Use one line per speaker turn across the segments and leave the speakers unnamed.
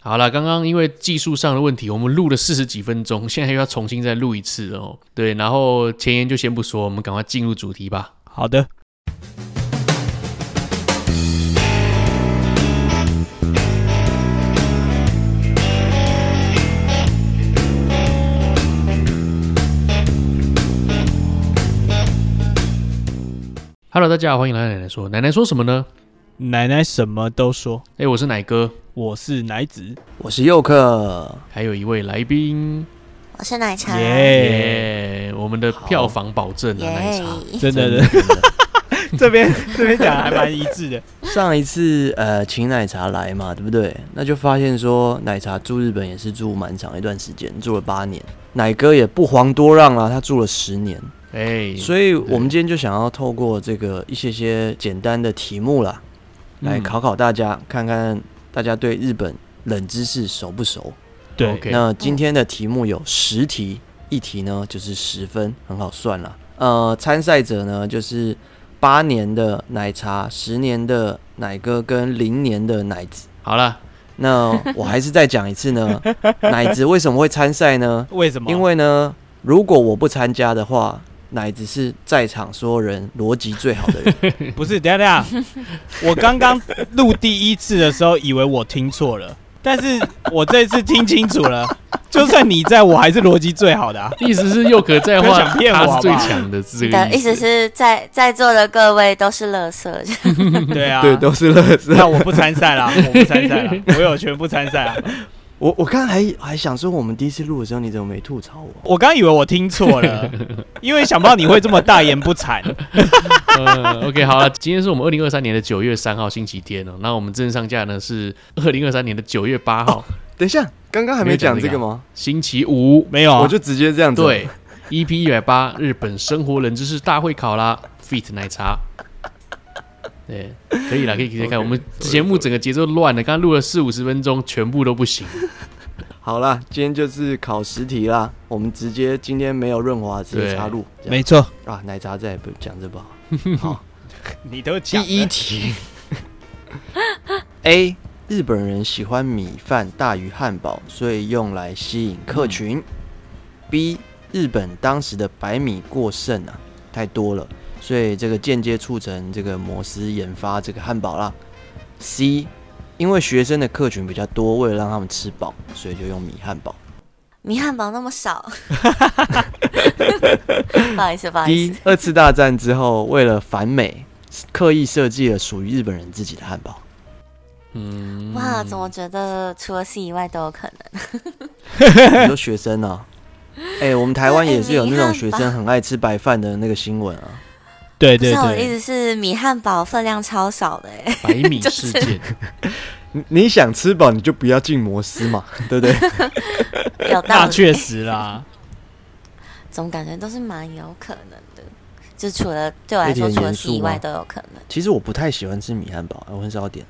好了，刚刚因为技术上的问题，我们录了四十几分钟，现在又要重新再录一次哦。对，然后前言就先不说，我们赶快进入主题吧。
好的，
Hello，大家好，欢迎来到奶奶说。奶奶说什么呢？
奶奶什么都说，
哎、我是奶哥，
我是奶 子，
我是佑克，
还有一位来宾，
我是奶茶，耶，
耶、
耶、我们的票房保证啊，奶茶。
真的，真的 这边这边讲得还蛮一致 的，
上一次呃请奶茶来嘛，对不对？那就发现说奶茶住日本也是住蛮长一段时间，住了八年。奶哥也不遑多让啊啦，他住了十年。
哎、
所以我们今天就想要透过这个一些些简单的题目啦，来
嗯
考考大家，看看大家对日本冷知识熟不熟。
对
OK
那今天的题目有十题，一题呢就是十分，很好算了。呃，参赛者呢就是八年的奶茶、十年的奶哥跟零年的奶子。
好了，
那我还是再讲一次呢， 奶子为什么会参赛呢？
为什么？
因为呢，如果我不参加的话，奶子是在场所有人逻辑最好的 人。
不是，等一下等一 下，我刚刚录第一次的时候，以为我听错了，但是我这次听清楚 了，就算你在我还是逻辑最好的、啊。
意思是佑可在
不
话，
要想骗我
他是
好不
最
好
强的，是这
你
个
的意思是在在座的各位都是垃圾，
对啊，
是乐色
那我不参赛啦，我不参赛啦，我有权不参赛啊。
我我刚才还还想说，我们第一次录的时候你怎么没吐槽我？
我刚以为我听错了，因为想不到你会这么大言不惭。
呃，OK，好了，今天是我们二零二三年的九月三号星期天哦。那我们正式上架呢是二零二三年的九月八号、
等一下，刚刚还
没
没
有讲
讲
这
这个
个
吗？
星期五。
没有、啊，
我就直接这样子。
对，EP 一百八日本生活冷知识大会考啦，Fit 奶茶。对，可以了，可以直接看。我们节目整个节奏乱了，刚刚录了四五十分钟，全部都不 行。
好啦，今天就是考十题啦，我们直接今天没有润滑，直接插入。这样
没错，
啊，奶茶再也不讲这不好。
你都
第
讲了
一题 ，A 日本人喜欢米饭大于汉堡，所以用来吸引客群。B 日本当时的白米过剩啊，太多了，所以这个间接促成这个摩斯研发这个汉堡啦。C 因为学生的客群比较多，为了让他们吃饱，所以就用米汉堡。
米汉堡那么少，不好意思，不好意
第
思，
二次大战之后，为了反美，刻意设计了属于日本人自己的汉 堡。
嗯，
哇，怎么觉得除了 C 以外都有可能？
你说学生啊？哎、我们台湾也是有那种学生很爱吃白饭的那个新闻啊。
对
不
对
是我的意
对，
思是米汉堡分量超少的 哎，
百米事件？
你你想吃饱，你就不要进摩斯 嘛，对不对？
有道
那
理，
确实啦，
总感觉都是蛮有可能的，就除了对我来
有
说，
点
除了
严肃
C 以外
吗
都有可能。
其实我不太喜欢吃米汉堡，哎我很少点。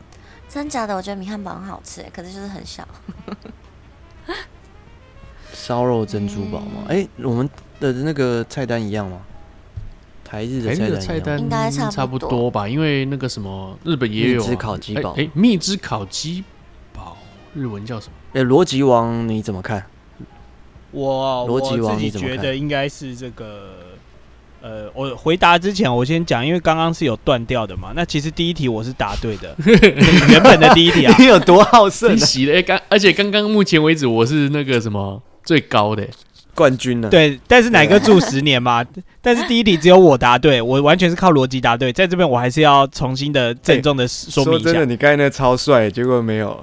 真假的，我觉得米汉堡很好吃，欸可是就是很少。
烧肉珍珠堡嘛，
嗯
哎、我们的那个菜单一样吗？台日
台
的
日的菜
菜单一样吗。
单
应该差不多
不多吧？因为那个什么，日本也有啊
蜜汁烤鸡堡
哎，哎蜜汁烤鸡堡，日文叫什么？
哎、逻辑王你怎么看？
我
逻辑
我
王
自己
你怎么
觉
看
得应该是这个。呃，我回答之前，我先讲，因为刚刚是有断掉的嘛。那其实第一题我是答对 的，原本的第一题 啊，
你有多好胜
真
啊？
喜的！哎，刚而且刚刚目前为止我是那个什么最高的，
冠军呢、
对，但是哪个住十年嘛？但是第一题只有我答对，我完全是靠逻辑答对。在这边我还是要重新的郑重的说明一下，
你刚才那超帅，结果没有，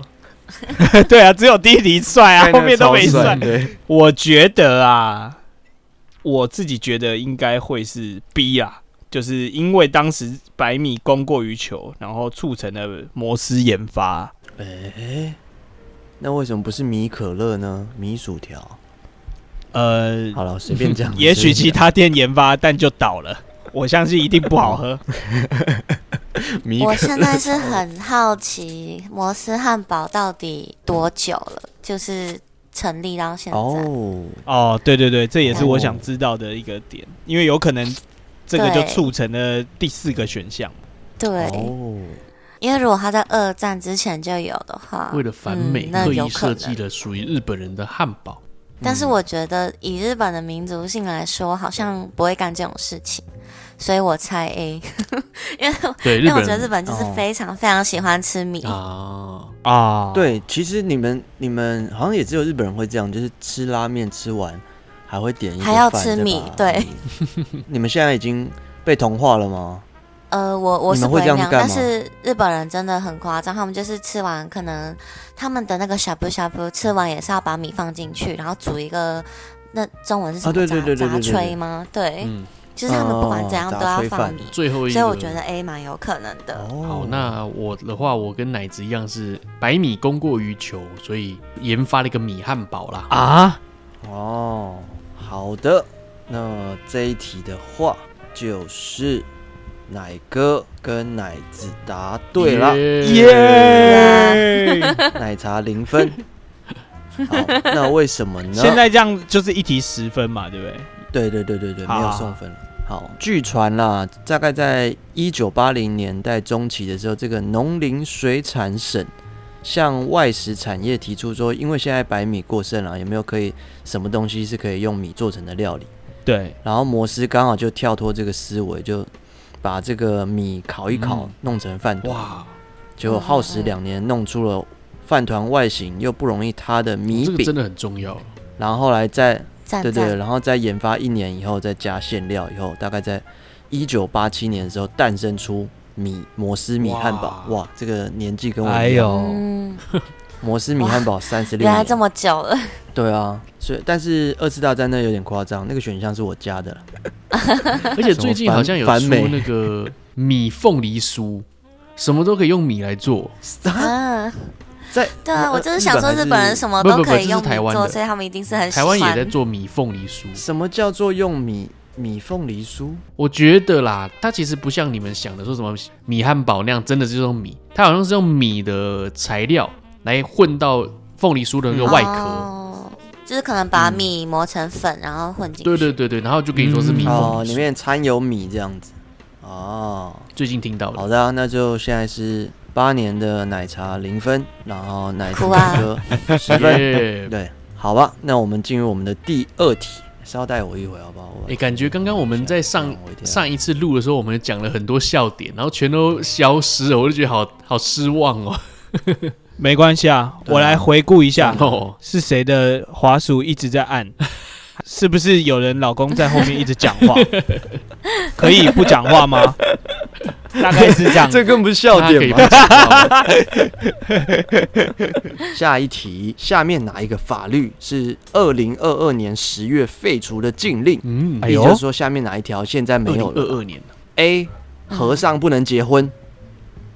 对啊，只有第一题帅 啊，后面都没
帅
帅。
对，
我觉得啊，我自己觉得应该会是 B 啊，就是因为当时百米供过于求，然后促成了摩斯研发。
哎、 那为什么不是米可乐呢？米薯条？
呃，。
好了，我随便讲
也许
随便
其他店研发，但就倒了。我相信一定不好 喝。
讲 米
我现在是很好奇摩斯汉堡到底多久了，就是成立到现在。
哦，
哦，对对对，这也是我想知道的一个点，因为有可能这个就
对
促成了第四个选项。
对，
哦，
因为如果他在二战之前就有的话，
为了反美，
嗯、那
刻
有
意
可
设
能
计嗯了属于日本人的汉堡。
但是我觉得以日本的民族性来说，好像不会干这种事情，所以我猜 A，因为
对，
因
日
为我
本
觉得日
人
本就是
哦
非常非常喜欢吃米，
啊，
啊，，
对，其实你们你们好像也只有日本人会这样，就是吃拉面吃完还会点一个
还要
饭
吃
再
米
把
对
米你们现在已经被同化了 吗？
呃，我我
你
是
们
不
会
会
这
那
样
样
子，干
但
吗
是日本人真的很夸张，他们就是吃完可能他们的那个小布小布吃完也是要把米放进去，然后煮一个那中文是什么
啊对对
炸
对对对对
炸
对
炊吗？对，
嗯，啊
就是他们不管怎样
哦
都要
炸炊
放
饭
米，
最后一
哎所以我
个
觉得 A 蛮有可能的。
哦
好，那我的话，我跟奶子一样是百米供过于求，所以研发了一个米汉堡啦。
啊，
哦，好的，那这一题的话就是奶哥跟奶子答对了，
耶！
奶茶零分。好，那为什么呢？
现在这样就是一题十分嘛，对不对？
对对对对对，没有
好
送分了。好，据传啦，大概在一九八零年代中期的时候，这个农林水产省向外食产业提出说，因为现在白米过剩了、有没有可以什么东西是可以用米做成的料理？
对，
然后摩斯刚好就跳脱这个思维，就把这个米烤一烤，
嗯
弄成饭团，
哇，
结果耗时两年，弄出了饭团外形又不容易塌的米
哦这个
饼。
真的很重要。
然后后来再
赞
对对，
赞，
然后再研发一年以后，再加馅料以后，大概在一九八七年的时候诞生出米摩斯米汉堡。
哇
哇，这个年纪跟我
哎
一样，
呦，
嗯，
摩斯米汉堡三十六
原来这
年。
么久了，
对啊，所以但是二次大战那有点夸张，那个选项是我 加的了。
而 且最近好像有
什么
出
反反美
那个米凤梨酥，什么都可以用米来做。
嗯，
啊在
对啊，我就是想说日本人什么
不不不
都可
这
以
是
用米
台湾
做，
的
所以他们一定是很喜
台湾
欢。
也在做米凤梨酥，
什么叫做用米米凤梨酥？
我觉得啦，它其实不像你们想的说什么米汉堡那样，真的是用米，它好像是用米的材料来混到凤梨酥的那
嗯
个外壳。
哦，就是可能把米磨成粉，然后混进去。
对对对对，然后就可以说是米
嗯
凤
哦，
梨
里
酥。
面掺有米这样子。哦，
最近听到
好
的，
的啊，那就现在是八年的奶茶零分，然后奶
哭啊
茶哥十分。
耶！
对，好吧，那我们进入我们的第二题，稍待我一会，好不好？我
哎，感觉刚刚我们在上
让我一定要
上一次录的时候，我们讲了很多笑点，然后全都消失了，我就觉得好好失望哦。
没关系啊，
对啊
我来回顾一下，
哦，
是谁的滑鼠一直在按？ 是不是有人老公在后面一直讲话？ 可以不讲话 吗？大概是这样。
这更不是笑
大家可
点
以
吗
不？讲话吗
下一题，下面哪一个法律是二零二二年十月废除的禁令？
嗯，
哎
也
呦
就是说，下面哪一条现在 没
二零
有
二
了
二年，
？A.
嗯
和尚不能结婚，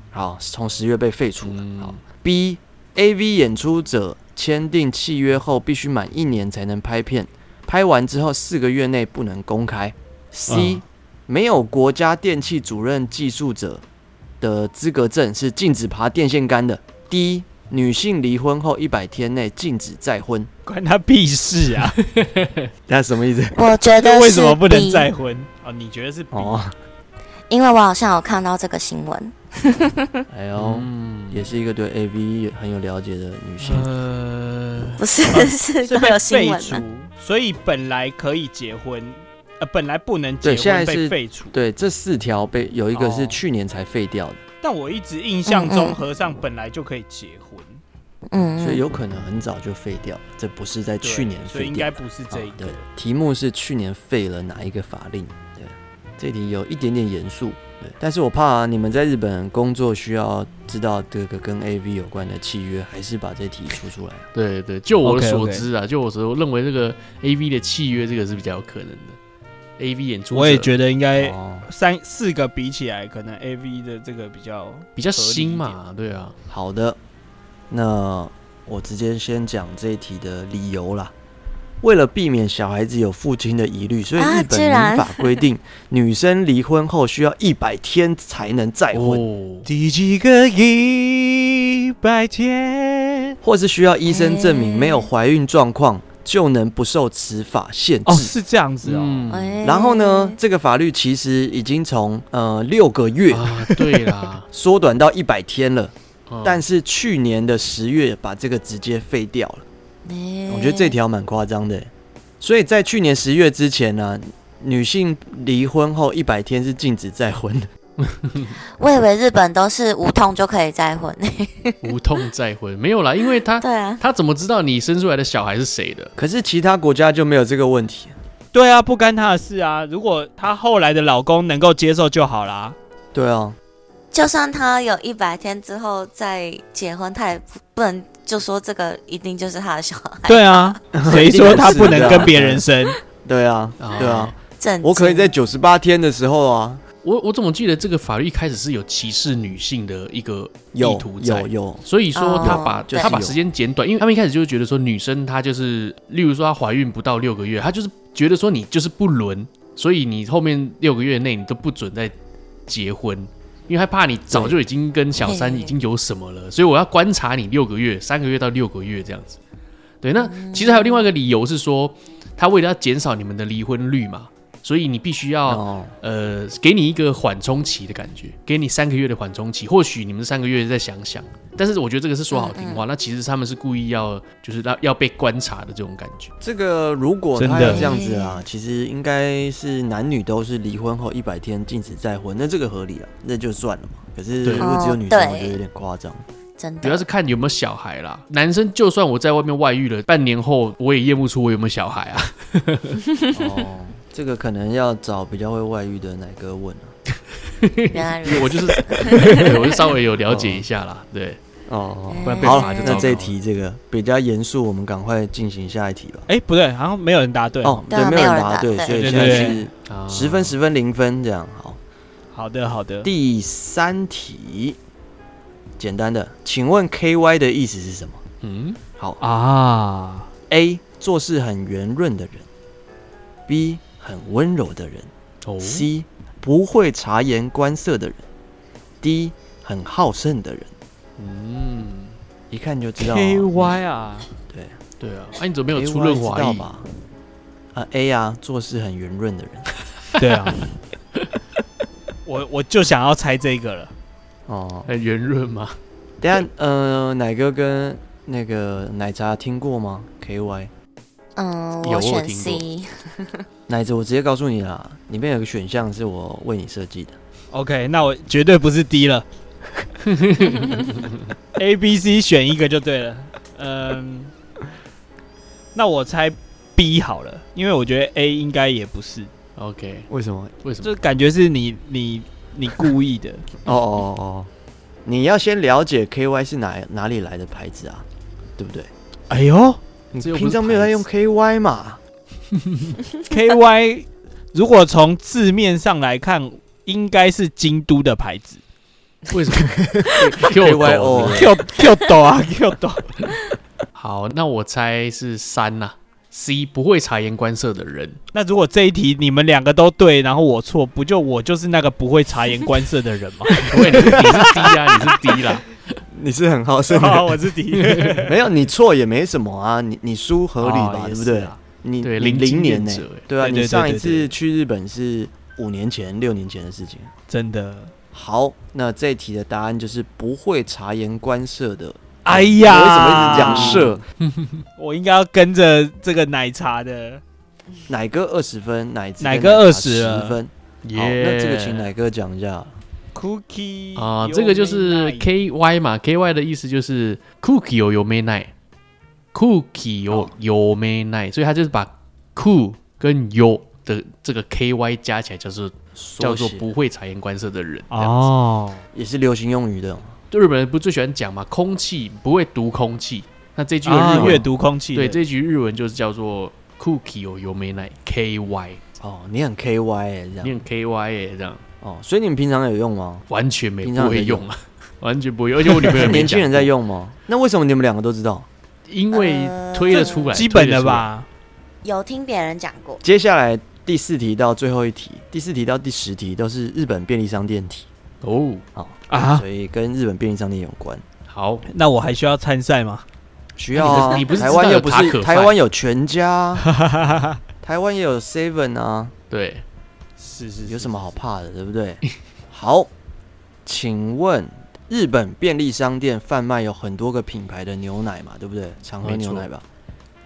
好，从十月被废除了。
嗯
好，B. A V 演出者签订契约后必须满一年才能拍片，拍完之后四个月内不能公开。C、
嗯
没有国家电器主任技术者的资格证是禁止爬电线杆的。D 女性离婚后一百天内禁止再婚。
关他屁事 啊！
那什么意思？
我觉
那
得是
为什么不能
B
再婚？哦，你觉得是 B？
哦，
因为我好像有看到这个新闻，
哎呦，
嗯，
也是一个对 A V 很有了解的女性。
呃，
不是、是
是
都
被
有新
废
闻
除
了。，
所以本来可以结婚，呃，本来不能结
对现
婚
在
被
是
废除。
对，这四条被有一个是
哦
去年才废掉的，
但我一直印象
嗯
中
嗯
和尚本来就可以结婚，
嗯，
所以有可能很早就废掉，这不是在
对
去年
所以
废
应
掉
该。不是
好
这一个
对。，题目是去年废了哪一个法令？对，这题有一点点严肃。对，但是我怕、你们在日本工作需要知道这个跟 AV 有关的契约，还是把这题出出来。
对对，就我
OK，OK
所知啊，就我所认为这个 A V 的契约这个是比较有可能的，A V 演出者
我也觉得应该
哦，
三四个比起来，可能 A V 的这个比较
比较新嘛，对啊，
好的，那我直接先讲这一题的理由啦。为了避免小孩子有父亲的疑虑，所以
啊
日本
居然
民法规定，女生离婚后需要一百天才能再婚。
哦，
第几个一百天？
或是需要医生证明没有怀孕状况，就能不受此法限
哦，
制。
是这样子哦，
嗯
哎
然后呢，这个法律其实已经从呃六个月
啊，对 啦，
缩短到一百天了，
嗯
但是去年的十月把这个直接废掉了。
哎
我觉得这条蛮夸张的欸，所以在去年十月之前呢、女性离婚后一百天是禁止再婚的。
我以为日本都是无痛就可以再婚，
无痛再婚没有啦，因为他
对啊，
他怎么知道你生出来的小孩是谁的？
可是其他国家就没有这个问题。
对啊，不干他的事啊。如果她后来的老公能够接受就好啦。
对啊，
就算他有一百天之后再结婚，他也不不能就说这个一定就是他的小孩。
对 啊，谁说她不能跟别人生？
对啊，对啊，
震惊
我可以在九十八天的时候啊，
我我怎么记得这个法律一开始是有歧视女性的一个意
有
图在
有。有，
所以说
哦
他把、
对
他把
就是有
时间减短，因为他们一开始就觉得说女生她就是，例如说她怀孕不到六个月，她就是觉得说你就是不伦，所以你后面六个月内你都不准再结婚，因为害怕你早就已经跟小三
对
已经有什么
嗯
了，所以我要观察你六个月，三个月到六个月这样子。对，那其实还有另外一个理由是说，他为了要减少你们的离婚率嘛，所以你必须要、
哦，
呃，给你一个缓冲期的感觉，给你三个月的缓冲期。或许你们三个月再想想，但是我觉得这个是说好听话，那其实他们是故意要就是要要被观察的这种感觉。
这个如果
真
他
的
要这样子啊，其实应该是男女都是离婚后一百天禁止再婚，那这个合理啊，那就算了嘛。可是
对
如果只有女生，
哦对
我觉得有点夸张。
真的
主要是看有没有小孩啦。男生就算我在外面外遇了，半年后我也验不出我有没有小 孩啊。
哦，这个可能要找比较会外遇的奶哥问啊。
原来如此
我就是 对我就稍微有了解一下啦，对，
哦，
不然被
好
罚
哎
了
就糟糕
那
了
这一题这个比较严肃，我们赶快进行下一题吧。
哎、不对，好像没有人答对。
哦，
对啊
没有
没
人
有人答
答对，
对
所以
对
现在
对
是
啊
十分、十分、零分这样。好，
好的，好的。
第三题，简单的，请问 K Y 的意思是什么？
嗯，
好
啊，
，A 做事很圆润的人，B 很温柔的人
哦，
，C 不会察言观色的人，D 很好胜的人。
嗯，
一看就知道
K Y 啊，
对。
对啊，哎、你怎么没有
AY
出润
知
滑
道
液？
吧？啊，A 啊，做事很圆润的人
对啊， 我我就想要猜这个了。
哦。
很哎圆润吗？
等一下，呃，奶哥跟那个奶茶听过吗？KY
嗯，
有
我
我
选
听
C，
奶子，我直接告诉你啦，里面有个选项是我为你设计的。
OK，那我绝对不是 D 了。A、B、C 选一个就对了。嗯，那我猜 B 好了，因为我觉得 A 应该也不是，
OK，
为什么？
为什么？
就感觉是你你你故意的。
哦哦哦，你要先了解 KY 是哪哪里来的牌子啊，对不对？
哎呦
你
这又不是
平常没有在用
牌
KY 嘛？
，K Y，如果从字面上来看，应该是京都的牌子。
为什 么？Q
KYO
Q Q 抖啊，Q 抖。
好，那我猜是三呐、c 不会察言观色的人，
那如果这一题你们两个都对，然后我错，不就我就是那个不会察言观色的人 吗？
因为你你是 D 啊，你是 D 啦。
你是很好胜
好，我是第一。
啊没有你错也没什么啊，你你输 合理
哦
吧，
也
对
是
不对？
啊
你
对
你
零
零
经
年
验
呢、
者欸
对啊，
对对
你
对
上一
对
次去日本是五年前、六年前的事情。
真的。
好，那这一题的答案就是不会察言观色的。
哎呀，
我为什么一直讲？色？
嗯我应该要跟着这个奶茶的。
奶哥二十分，奶子
奶
跟
哥
茶
20了
十分。
耶、
好，那这个请奶哥讲一下。
Cookie
啊、这个就是
Yomenai
K Y 嘛，K Y 的意思就是 Cookie 有 y 没奈，Cookie 有
哦
有没奈，所以他就是把 Cool 跟 y 的这个 K Y 加起来叫做叫
缩
做
写
不会察言观色的人。这样子，
哦，
也是流行用语的。
就日本人不最喜欢讲嘛，空气不会读空气，那这句的
啊
日，文
阅读空气的。
对，这局日文就是叫做 Cookie 有有没奶 K Y，
哦，你很 K Y 哎、这样
念 K Y 耶，这样
哦，所以你们平常有用吗？
完全没
平
不
常有在
会
用
用啊， 完全不会用。而且我 女朋友
是
也没
年轻人在
讲
用吗？那为什么你们两个都知道？
过，因为
呃
推得出来，
基本
推得
的
出来。
吧。
有听别人讲过，
接下来第四题到最后一题，第四题到第十题都是日本便利商店题。
哦，
哦
啊
所以跟日本便利商店有关。
好，
那我还需要参赛吗？
需要啊，
你不是
台湾
知道
又
有
不
塔可
是
饭
台湾有全家啊， 台湾也有 Seven 啊，
对，
是是
有什么好？怕的，对不 对？好，请问日本便利商店贩卖有很多个品牌的牛奶嘛，对不对？常喝
没
牛
错嗯
奶吧？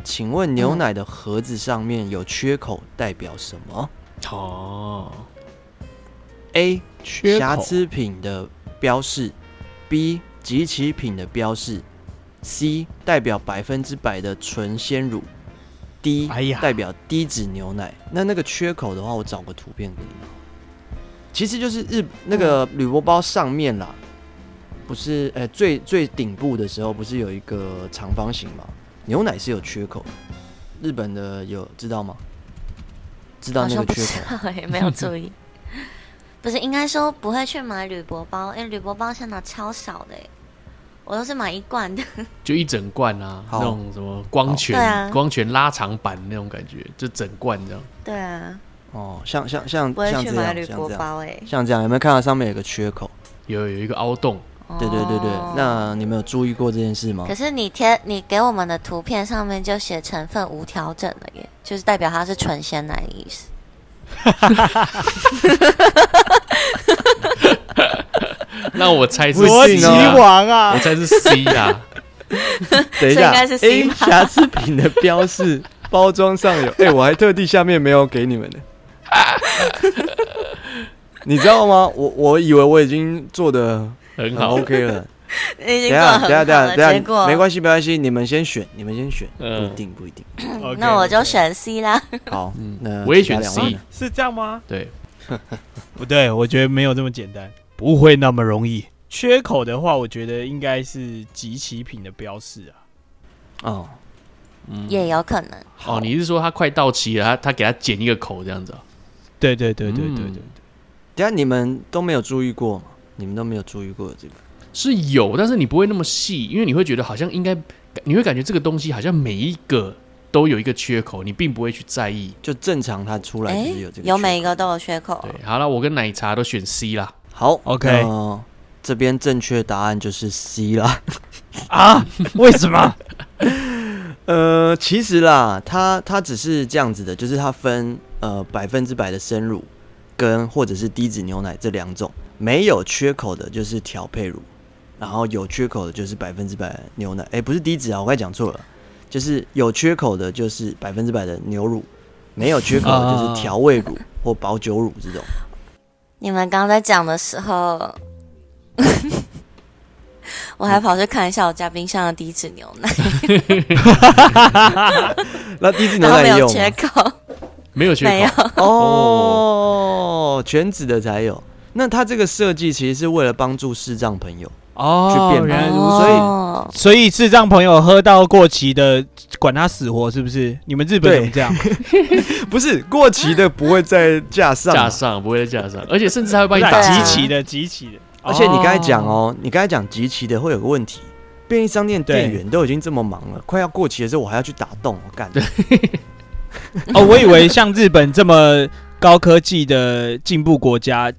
请问牛奶的盒子上面有缺口代表什么
哦，
？A.
缺口
瑕疵品的标示；B. 集齐品的标示；C. 代表百分之百的纯鲜乳；D.
哎呀
代表低脂牛奶。那那个缺口的话，我找个图片给你们。其实就是日那个
嗯
铝箔包上面啦，不是呃最最顶部的时候，不是有一个长方形吗？牛奶是有缺口的，日本的有知道吗？知道
好
那
像
个
不
缺
知
口？
道也没有 注意。不是，应该说不会去买铝箔包，因为铝箔包现在超少的耶，我都是买一 罐的。
就一整罐啊，
好
那种什么光
好对
泉
啊
光泉拉长版那种感觉，就整罐这样。
对啊，
哦，像像像
不会
像
去
这
买
样
铝
像
箔
这样。
包哎。
像这样有没有看到上面有个缺口？
有有一个凹洞，
对对对对
哦，
那你们有注意过这件事吗
可？是你贴你给我们的图片上面就写成分无调整了耶，就是代表它是纯鲜奶的意思。
那我猜是
逻
C
辑
啊，
王啊
我！猜是 C 啊，
等
所以应该是 C
A
吧
瑕疵品的 标示包装上 有，哎、我还特地下面没有给你们呢。 你知道吗？我我以为我已经做的
很
很
好。
OK 了。
你
等
已经
一
做
下等
得
一下
很
等一下
好了，结
等一
果
下，没关系没关系，你们先选，你们先选，
嗯
不一定不 一定。
那我就选 C 啦。
好，
嗯
那
我也
其
选
他两位
C
呢。
是这样吗？
对，
不对，我觉得没有这么简单，不会那么容
嗯
易。缺口的话，我觉得应该是集齐品的标示啊。
哦，
嗯
也有可能，
哦，你是说它快到期了，他他给它剪一个口这样子啊？
对对对对对
嗯
对，
等一下你们都没有注意过吗？你们都没有注意过这个？
是有，但是你不会那么细，因为你会觉得好像应该，你会感觉这个东西好像每一个都有一个缺口，你并不会去在意。
就正常它出来就
哎
是有这，个。
有每一个都有缺口哦。
对，好了，我跟奶茶都选 C 啦。
好
OK
那这边正确答案就是 C 啦。
啊？为什么？
呃，其实啦，它它只是这样子的，就是它分呃百分之百的生乳跟或者是低脂牛奶这两种，没有缺口的就是调配乳，然后有缺口的就是百分之百的牛奶。哎、不是低脂啊，我刚才讲错了，就是有缺口的就是百分之百的牛乳，没有缺口的就
啊
是调味乳或保酒乳 这种。
你们刚在讲的时候， 我还跑去看一下我家冰箱的低脂牛 奶，
那低脂牛
然后
奶
没
也
有
吗
缺口，
没有缺
没有
口，
哦，全脂的才有。那它这个设计其实是为了帮助视障朋友，
哦
去辨别
原来如
所
此。
以
哦
所以智障朋友喝到过期的，管他死活是不是？你们日本怎么这 样？
不是过期的不会在架上啊
架上不会在架上，而且甚至还会帮你
对
打
啊
集
击。
齐的，集齐的。
而且你刚才讲，哦，你刚才讲集齐的会有个问题，便利商店店员都已经这么忙了，快要过期的时候我还要去打洞，我干。
哦，我以为像日本这么高科技的进步国家，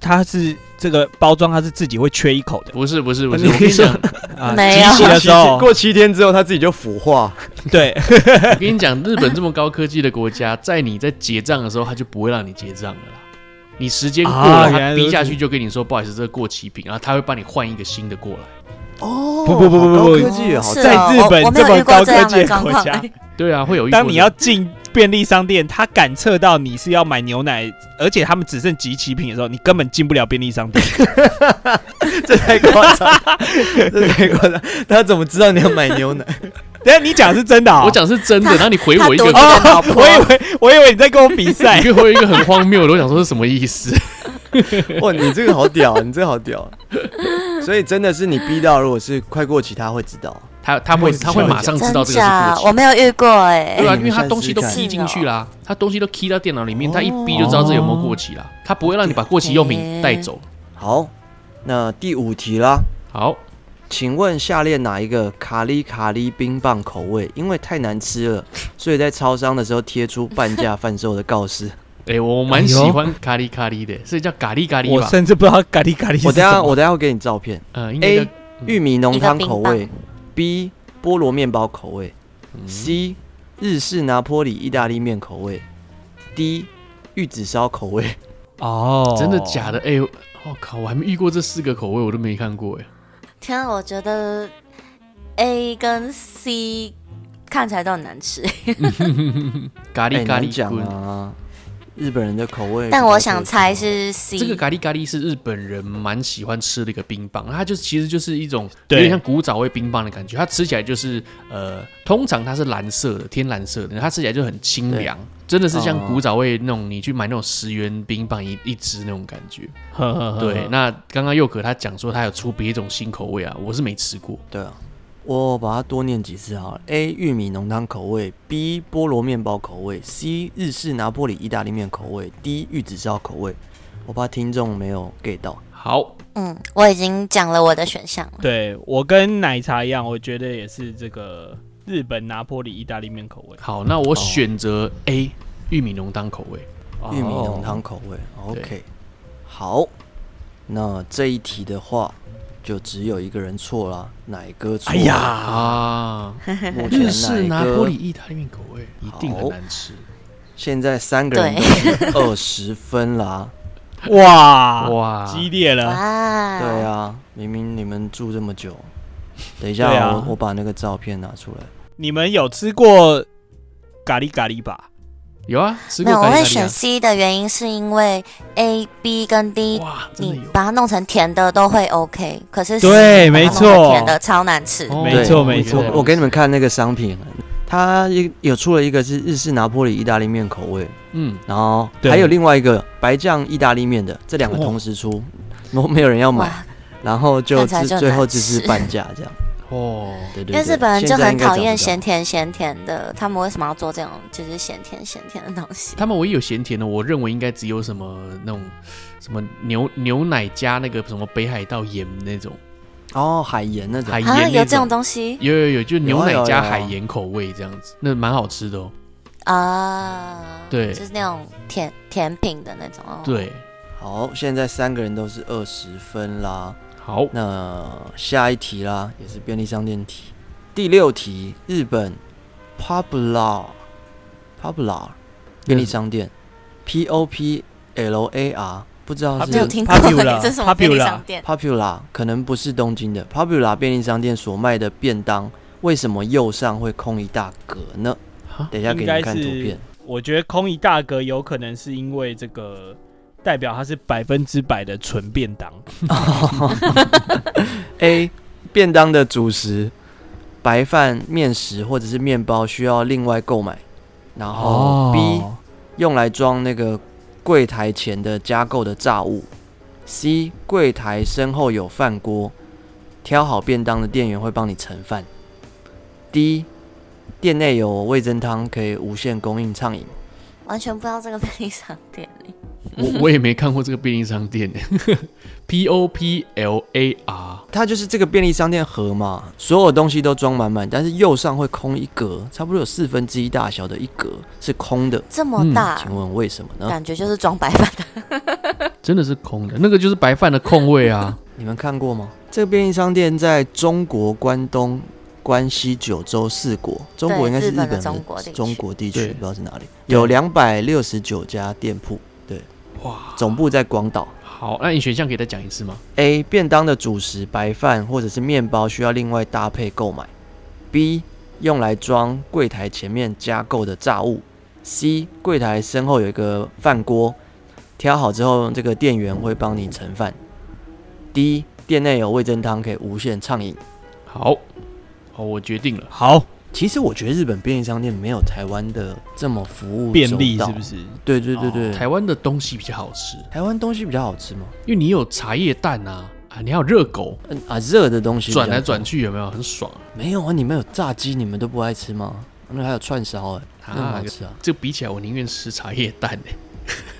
它是这个包装它是自己会缺一口的
不是不是不是，
你
我跟你 讲，
啊。
没
集
有
齐的 时候，
过七天之后他自己就腐化。
对，
我跟你讲，日本这么高科技的国家，在你在结账的时候，他就不会让你结账了啦。你时间过
啊
了，
原
他
来如此
逼下去就跟你说，不好意思，这个过期品，然后他会帮你换一个新的过来。
哦，
不不不不不
好高
不
科技哦好
是
在
哦
日
我
本
我没有
这么
遇过
高
这
科
样
技
的
的
状
国
况
家，
哎
对啊，会有一
当你要进便利商店，他赶车到你是要买牛奶，而且他们只剩集齐品的时候，你根本进不了便利商店。
这太夸张，这太夸 张。他怎么知道你要买牛奶？
等一下你讲是真的啊、
我讲是真的，
他
然后你回 我一个
他，多
哦
你的老，婆
我以为我以为你在跟我比赛
你给我一个很荒谬的，我想说是什么意思？
哇，你这个好屌，你这个好屌。所以真的是你逼到，如果是快过期，他会知道。
他他会
我也是
他会马上知
真
道这个是
假
过
我
期，
没有遇过哎、
对啊，
哎
因为他东西都
你们下次
key 进
看
去啦，他东西都 key 到电脑里面，
哦
他一逼就知道这有没有过期啦，他不会让你把过期用品带走。
好，那第五题啦，
好，
请问下列哪一个卡里卡里冰棒口味因为太难吃了，所以在超商的时候贴出半价贩售的 告示？
哎，我蛮
哎
喜
呦
欢咖喱咖喱的，所以叫咖喱咖喱
我
吧。
甚至不知道咖喱咖喱是
我等一
什
下
么嗯
我等一下会给你照片，
呃，应该叫
A 玉米浓汤口
一个
味，B 菠萝面包口味；C.
嗯
日式拿坡里意大利面口味；D. 玉子烧口味。
哦
真的假的？？哎、我、靠，我还没遇过这四个口味，我都没看过哎。
天啊，我觉得 A 跟 C 看起来都很难吃，
咖
哎
喱咖
难
喱
讲
棍，
啊，日本人的口味比较特殊。
但我想猜是 C。
这个咖喱咖喱是日本人蛮喜欢吃的一个冰棒，它就其实就是一种有
对
点像古早味冰棒的感觉，它吃起来就是呃，通常它是蓝色的，天蓝色的，它吃起来就很清凉，真的是像
哦
古早味那种你去买那种十元冰棒一一支那种感觉。
呵
嗯
呵呵
对，那刚刚佑可他讲说他有出别种新口味啊，我是没吃过。
对啊，我把它多念几次好了。A. 玉米浓汤口味；B. 菠萝面包口味；C. 日式拿坡里意大利面口味；D. 玉子烧口味。我怕听众没有 get 到。
好，
嗯，我已经讲了我的选项了。
对我跟奶茶一样，我觉得也是这个日本拿坡里意大利面口味。
好，那
哦
我选择 A、玉米浓汤口味。
玉米浓汤口味。OK，好，那这一题的话，就只有一个人错啦，奶哥错。
哎，呀，
啊，
目前
日式
奶
拿
哥
坡里意大利面口味一定很
好
难吃。
现在三个人都 二十分啦。
哦
啊
哇
哇
激烈了，
哇，
对啊，明明你们住这么 久，等一下
对
我、
啊
我把那个照片拿出来。
你们有吃过咖喱咖喱吧？
有啊，吃
没
过
有，我
咖喱咖
会
喱
选
啊。
C 的原因是因为 A、B 跟 D
哇，真的
你
有
把它弄成甜的都会 OK，可是 C
对
把它
没
弄
错
成甜的超难吃。
哦
没
错
我
没
也
错
啊
觉得
我给你们看那个商品，它一有出了一个是日式拿破里意大利面口味，
嗯，
然后
对
还有另外一个白酱意大利面的，这两个
哦
同时出，没没有人要买，
哇，
然后就
看起来
自
就很
最后
难
只是
吃
半价 这样。
哦，
对对对，
因为日本人就
现在
很
应该找
讨
不
厌
到
咸甜咸甜的，他们为什么要做这种就是咸甜咸甜的东西？
他们唯一有咸甜的，我认为应该只有什么那种什么牛牛奶加那个什么北海道盐那种
哦，海盐那种
海
啊，
盐
有
那
这种
种。
东西
有有有，就
有
牛
啊
奶
有啊
加
有啊
海盐口味这样子，那蛮好吃的哦。
啊？
对
就是那种甜甜品的那种。哦，
对，
好，现在三个人都是二十分啦。
好，
那下一题啦，也是便利商店题。第六题，日本 Poplar Poplar 便利商店，P O P L A R，不知道
没有
是
听过
Popular，
这是什么便利商店？
Popular，可能不是东京的 Popular 便利商店所卖的便当，为什么右上会空一大格呢
哈？
等一下给你们看图
应该是
片。
我觉得空一大格有可能是因为这个代表它是百分之百的纯便当。
A 便当的主食，白饭、面食或者是面包需要另外购买。然后 B 用来装那个柜台前的加购的炸物。C 柜台身后有饭锅，挑好便当的店员会帮你盛饭。D 店内有味噌汤，可以无限供应畅饮。
完全不知道这个便利商店里。
嗯
我我也没看过这个便利商店 ，P O P L A R，
它就是这个便利商店盒嘛，所有东西都装满满，但是右上会空一格，差不多有四分之一大小的一格是空的。
这么大，
嗯请问为什么呢？
感觉就是装白饭的。
真的是空的，那个就是白饭的空位 啊。
你们看过吗？这个便利商店在中国关东、关西、九州四国，中国
对
应该是
日本的
本
中国地区
中国地区，
对
不知道是哪里，有两百六十九家店铺，
哇，
总部在广岛。
好，那你选项可以再讲一次吗？
A 便当的主食白饭或者是面包需要另外搭配购买。B 用来装柜台前面加购的炸物。C 柜台身后有一个饭锅，挑好之后，这个店员会帮你盛饭。D 店内有味噌汤，可以无限畅饮。
好，好，我决定了。
好
其实我觉得日本便利商店没有台湾的这么服务
便利
周到
是不？哦是？
对对对对，
台湾的东西比较好吃，
台湾东西比较好吃吗？
因为你有茶叶蛋啊，啊，你还有热狗，
嗯啊，热的东西比较
转来转
多
去有没有很爽啊？
没有啊？你们有炸鸡，你们都不爱吃吗？那还有串烧哎、那很好吃啊！
这比起来，我宁愿吃茶叶蛋欸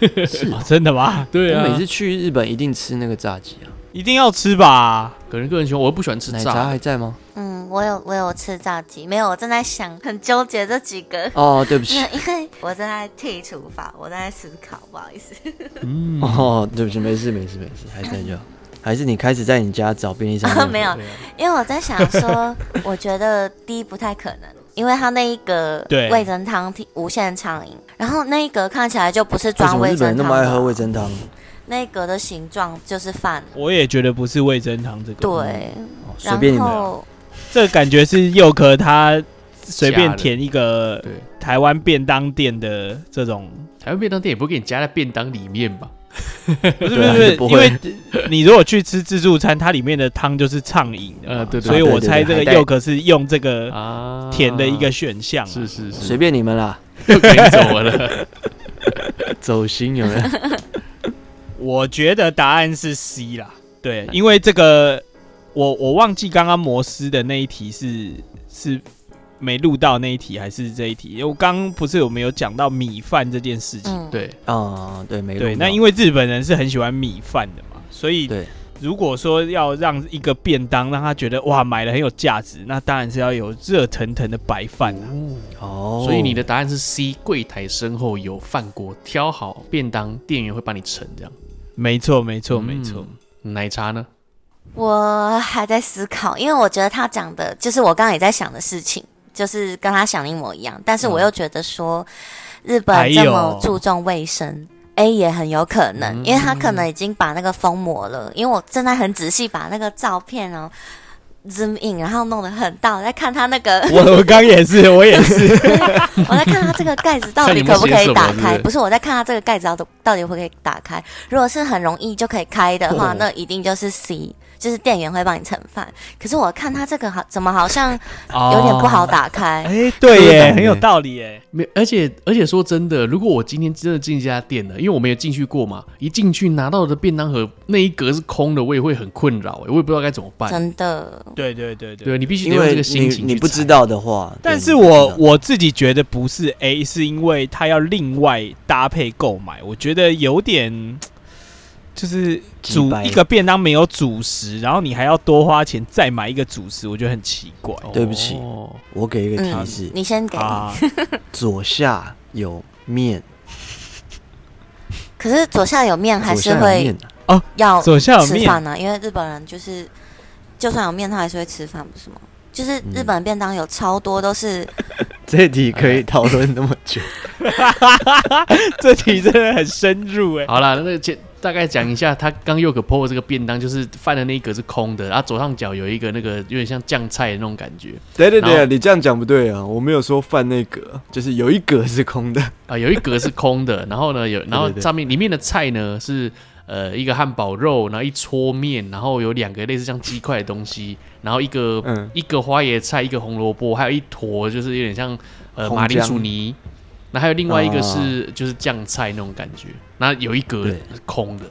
呢、
是啊
哦真的吗？
对
我每次去日本一定吃那个炸鸡啊。
一定要吃吧？
个人个人喜欢，我又不喜欢吃
奶茶
炸的。
还在吗？
嗯，我有我有吃炸鸡，没有，我正在想，很纠结这几 个。
哦，对不起
没，有 因为我正在剔除法，我正在思考，不好意思。
嗯，
哦，对不起，没事没事没事，还在就好。还是你开始在你家找便利商店？
没有，
对啊
因为我在想说，我觉得第一不太可能，因为它那一格
对
味噌汤挺无限畅饮，然后那一格看起来就不是
为什
装
么
味
日本
噌
人那
汤
么爱喝
的，
味噌汤？
那一格的形状就是饭。
我也觉得不是味噌汤这个，，
对，
哦随
然
便你们啊。
后
这感觉是佑壳他随便填一个
对，
台湾便当店的这种，
台湾便当店也不会给你加在便当里面吧？
不是
对啊
不是
就不
因
会
为你如果去吃自助餐，它里面的汤就是畅饮的嘛，
呃对对
所以
啊对
我
对
猜
对
这个
还带
佑壳是用这
呃
个
啊，
填的一个选项啊，
是是是，
随便你们啦，
不可以走 了。
走心 有没有？
我觉得答案是 C 啦。
哎
对，因为这个我我忘记刚刚摩斯的那一题是是没录到那一题还是这一题？因为我刚刚不是有没有讲到米饭这件事情？
嗯，
对，
啊，对，没
对，那因
为
为日本人是很喜欢米饭的嘛，所以
对
如果说要让一个便当让他觉得哇买了很有价值，那当然是要有热腾腾的白饭啊。
哦，
所以你的答案是 C，柜台身后有饭锅，挑好便当，店员会帮你盛这样。
没错，没错，没错。
奶茶呢？
我还在思考，因为我觉得他讲的就是我刚刚也在想的事情，就是跟他想的一模一样，但是我又觉得说日
还
本
有
这么注重卫生。A 也很有可能，因为他可能已经把那个封膜了，因为我正在很仔细把那个照片哦 zoom in，然后弄得很大，我在看他那个，
我 我刚也是，我也是。
我在看他这个盖子到
看你
底
们
可不可以
写什么
打
是不
开，
是
不是我在看他这个盖子到底到底可不可以打开。如果是很容易就可以开的话，
哦
那一定就是 C，就是店员会帮你盛饭。可是我看他这个好怎么好像
哦
有点不好打 开，
哦哎、对
有
耶，
感
很有
耶
道理 耶。
没，而且而且说真的，如果我今天真的进这家店了，因为我没有进去过嘛，一进去拿到的便当盒那一格是空的，我也会很困扰、欸，我也不知道该怎么
哎
办。
真的
对对对对
对，你必须得
因
用
为
这个心
你
情
你
去
不知
猜
道的话，
但
对
是
你不知
我
道
我自己觉得不是 A，是因为它要另外搭配购买，我觉得有点就是
鸡
主
掰
一个便当没有主食，然后你还要多花钱再买一个主食，我觉得很奇怪。
对不起
哦
我给一个
嗯
提示，
你先给。
啊，
左下有面，
可是左下有面还
左
是
下有
会
面啊
要
左下有
吃
面，
饭呢、因为日本人就是就算有面他还是会吃饭，不是吗？就是日
嗯
本便当有超多都是
这题可以讨论那么久。
这题真的很深入哎。
好啦，那简大概讲一下，他刚又可 PO 这个便当，就是饭的那一格是空的，然后左上角有一个那个有点像酱菜的那种感觉
对对
然后
对，你这样讲不对啊！我没有说饭那格，就是有一格是空的。
啊、有一格是空的，然后呢有，然后
对对
上面里面的菜呢是呃一个汉堡肉，然后一撮面，然后有两个类似像鸡块的东西，然后一个、
嗯
一个花椰菜，一个红萝卜，还有一坨就是有点像呃
红
马铃薯
姜
泥，那还有另外一个
啊
是、就是酱菜那种感觉，然后有一格
对
是空的，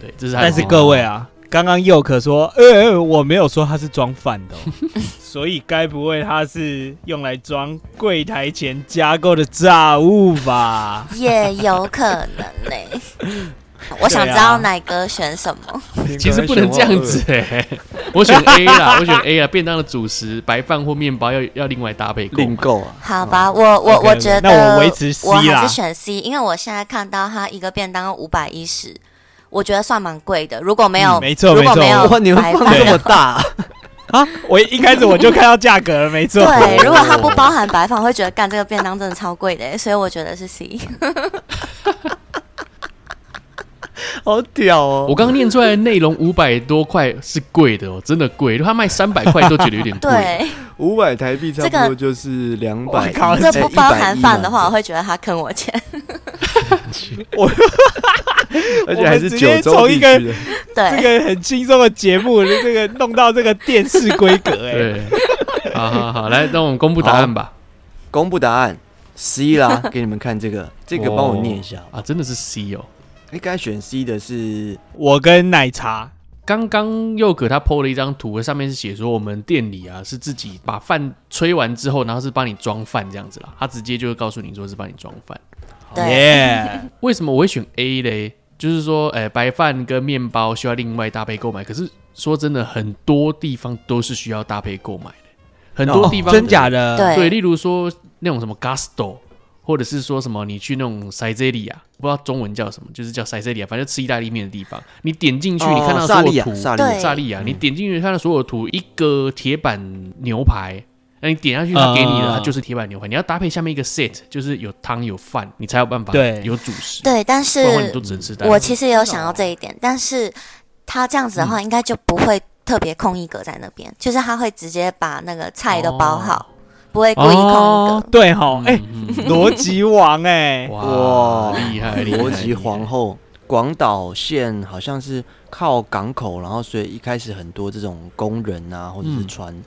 对，这是它的
但是
便
各位啊，刚刚佑可说，呃、我没有说它是装饭 的、哦，所以该不会它是用来装柜台前加购的炸物吧？
也有可能呢、 我想知道
啊
哪个选什么。
嗯
其实不能这样子、欸，我选 A 啦，我选 A 啦，便当的主食白饭或面包要要另外搭配购
另
买。
购啊，
好吧，我我
OK，
我觉得
那我维持 C
我还
啦
是选 C，因为我现在看到它一个便当五百一十，我觉得算蛮贵的。如果没有，
嗯没错
如
没
果
错
没有
哇，哦你们
白
放
饭
这么
的，
大啊，
啊！ 我一开始我就看到价格了，没错。
对，如果它不包含白饭，我会觉得干这个便当真的超贵的、所以我觉得是 C。
好屌哦！
我刚刚念出来的内容五百多块是贵的哦，真的贵。如果他卖三百块都觉得有点贵。
对，
五百台币差
这个
不多就是两百，
靠
这不包含饭的话，
110嘛，
我会觉得他坑我钱。
而且还是
我们直
九
接
州
从一
地
个
区的，
这
对，
个很轻松的节目，这个弄到这个电视规格、哎，
对，好好好，来，那我们公布答案吧。
公布答案 C 啦，给你们看这个，这个帮我念一下。
啊，真的是 C 哦。
应该选 C 的是
我跟奶茶，
刚刚佑可他 PO 了一张图，上面是写说我们店里啊是自己把饭吹完之后，然后是帮你装饭这样子啦。他直接就会告诉你说是帮你装饭。
对，
耶、
为什么我会选 A 嘞？就是说，哎、白饭跟面包需要另外搭配购买。可是说真的，很多地方都是需要搭配购买的，很多地方、
哦真假的，
对
对，例如说那种什么 Gusto，或者是说什么你去那种塞这里啊，不知道中文叫什么，就是叫塞这里啊，反正吃意大利面的地方，你点进去，
哦
你看到所
萨莉
有
亚
图，
萨莉
亚对
萨莉亚，你点进去看到所有图，一个铁板牛排。那你点下去，它给你的
啊
它就是铁板牛排。你要搭配下面一个 set，就是有汤有饭，你才有办法
对
有主食。
对，但
不
是
然的话你都只能吃蛋。
我其实也有想到这一点，但是他这样子的
嗯
话，应该就不会特别空一格在那边，就是他会直接把那个菜都包
哦
好，不会故意空一
哦
格。，
对哈， 哎，
嗯
逻辑王哎，
哇，厉害，哎厉害
逻辑皇。后，广岛县好像是靠港口，然后所以一开始很多这种工人啊，或者是
嗯
船，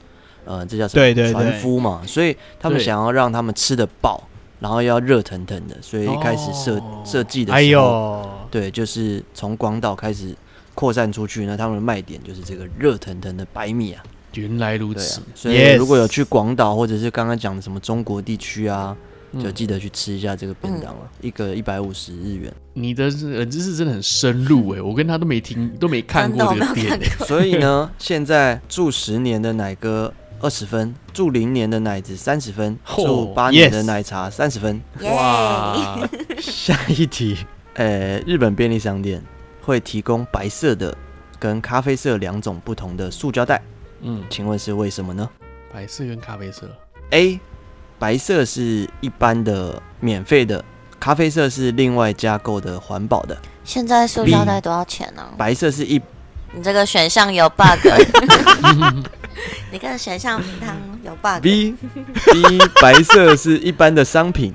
呃，这叫什么？
对对
船
对
夫嘛，所以他们
对
想要让他们吃得饱，然后要热腾腾的，所以一开始设、
哦
设计的
哎
时候，
呦，
对，就是从广岛开始扩散出去，那他们的卖点就是这个热腾腾的白米啊，
原来如
对
此
啊，，所以
Yes
如果有去广岛或者是刚刚讲的什么中国地区啊，
嗯
就记得去吃一下这个便当了、一个一百五十日元。
你的冷知识真的很深入哎，我跟他都没听都没看
真
过
的我
这
没
个
有
店
看
欸，
过，
所以呢，现在住十年的奶哥二十分，住零年的奶子三十分，
嚯
住八年的
yes
奶茶三十分。
耶！
哇，
下一题，呃，日本便利商店会提供白色的跟咖啡色两种不同的塑胶袋，
嗯，
请问是为什么呢
白色跟咖啡色，
？A，白色是一般的免费的，咖啡色是另外加购的环保的，
现在塑胶袋多少钱呢、
白色是一
你这个选项有 bug，你这个选项名堂有 bug。
B B 白色是一般的商品，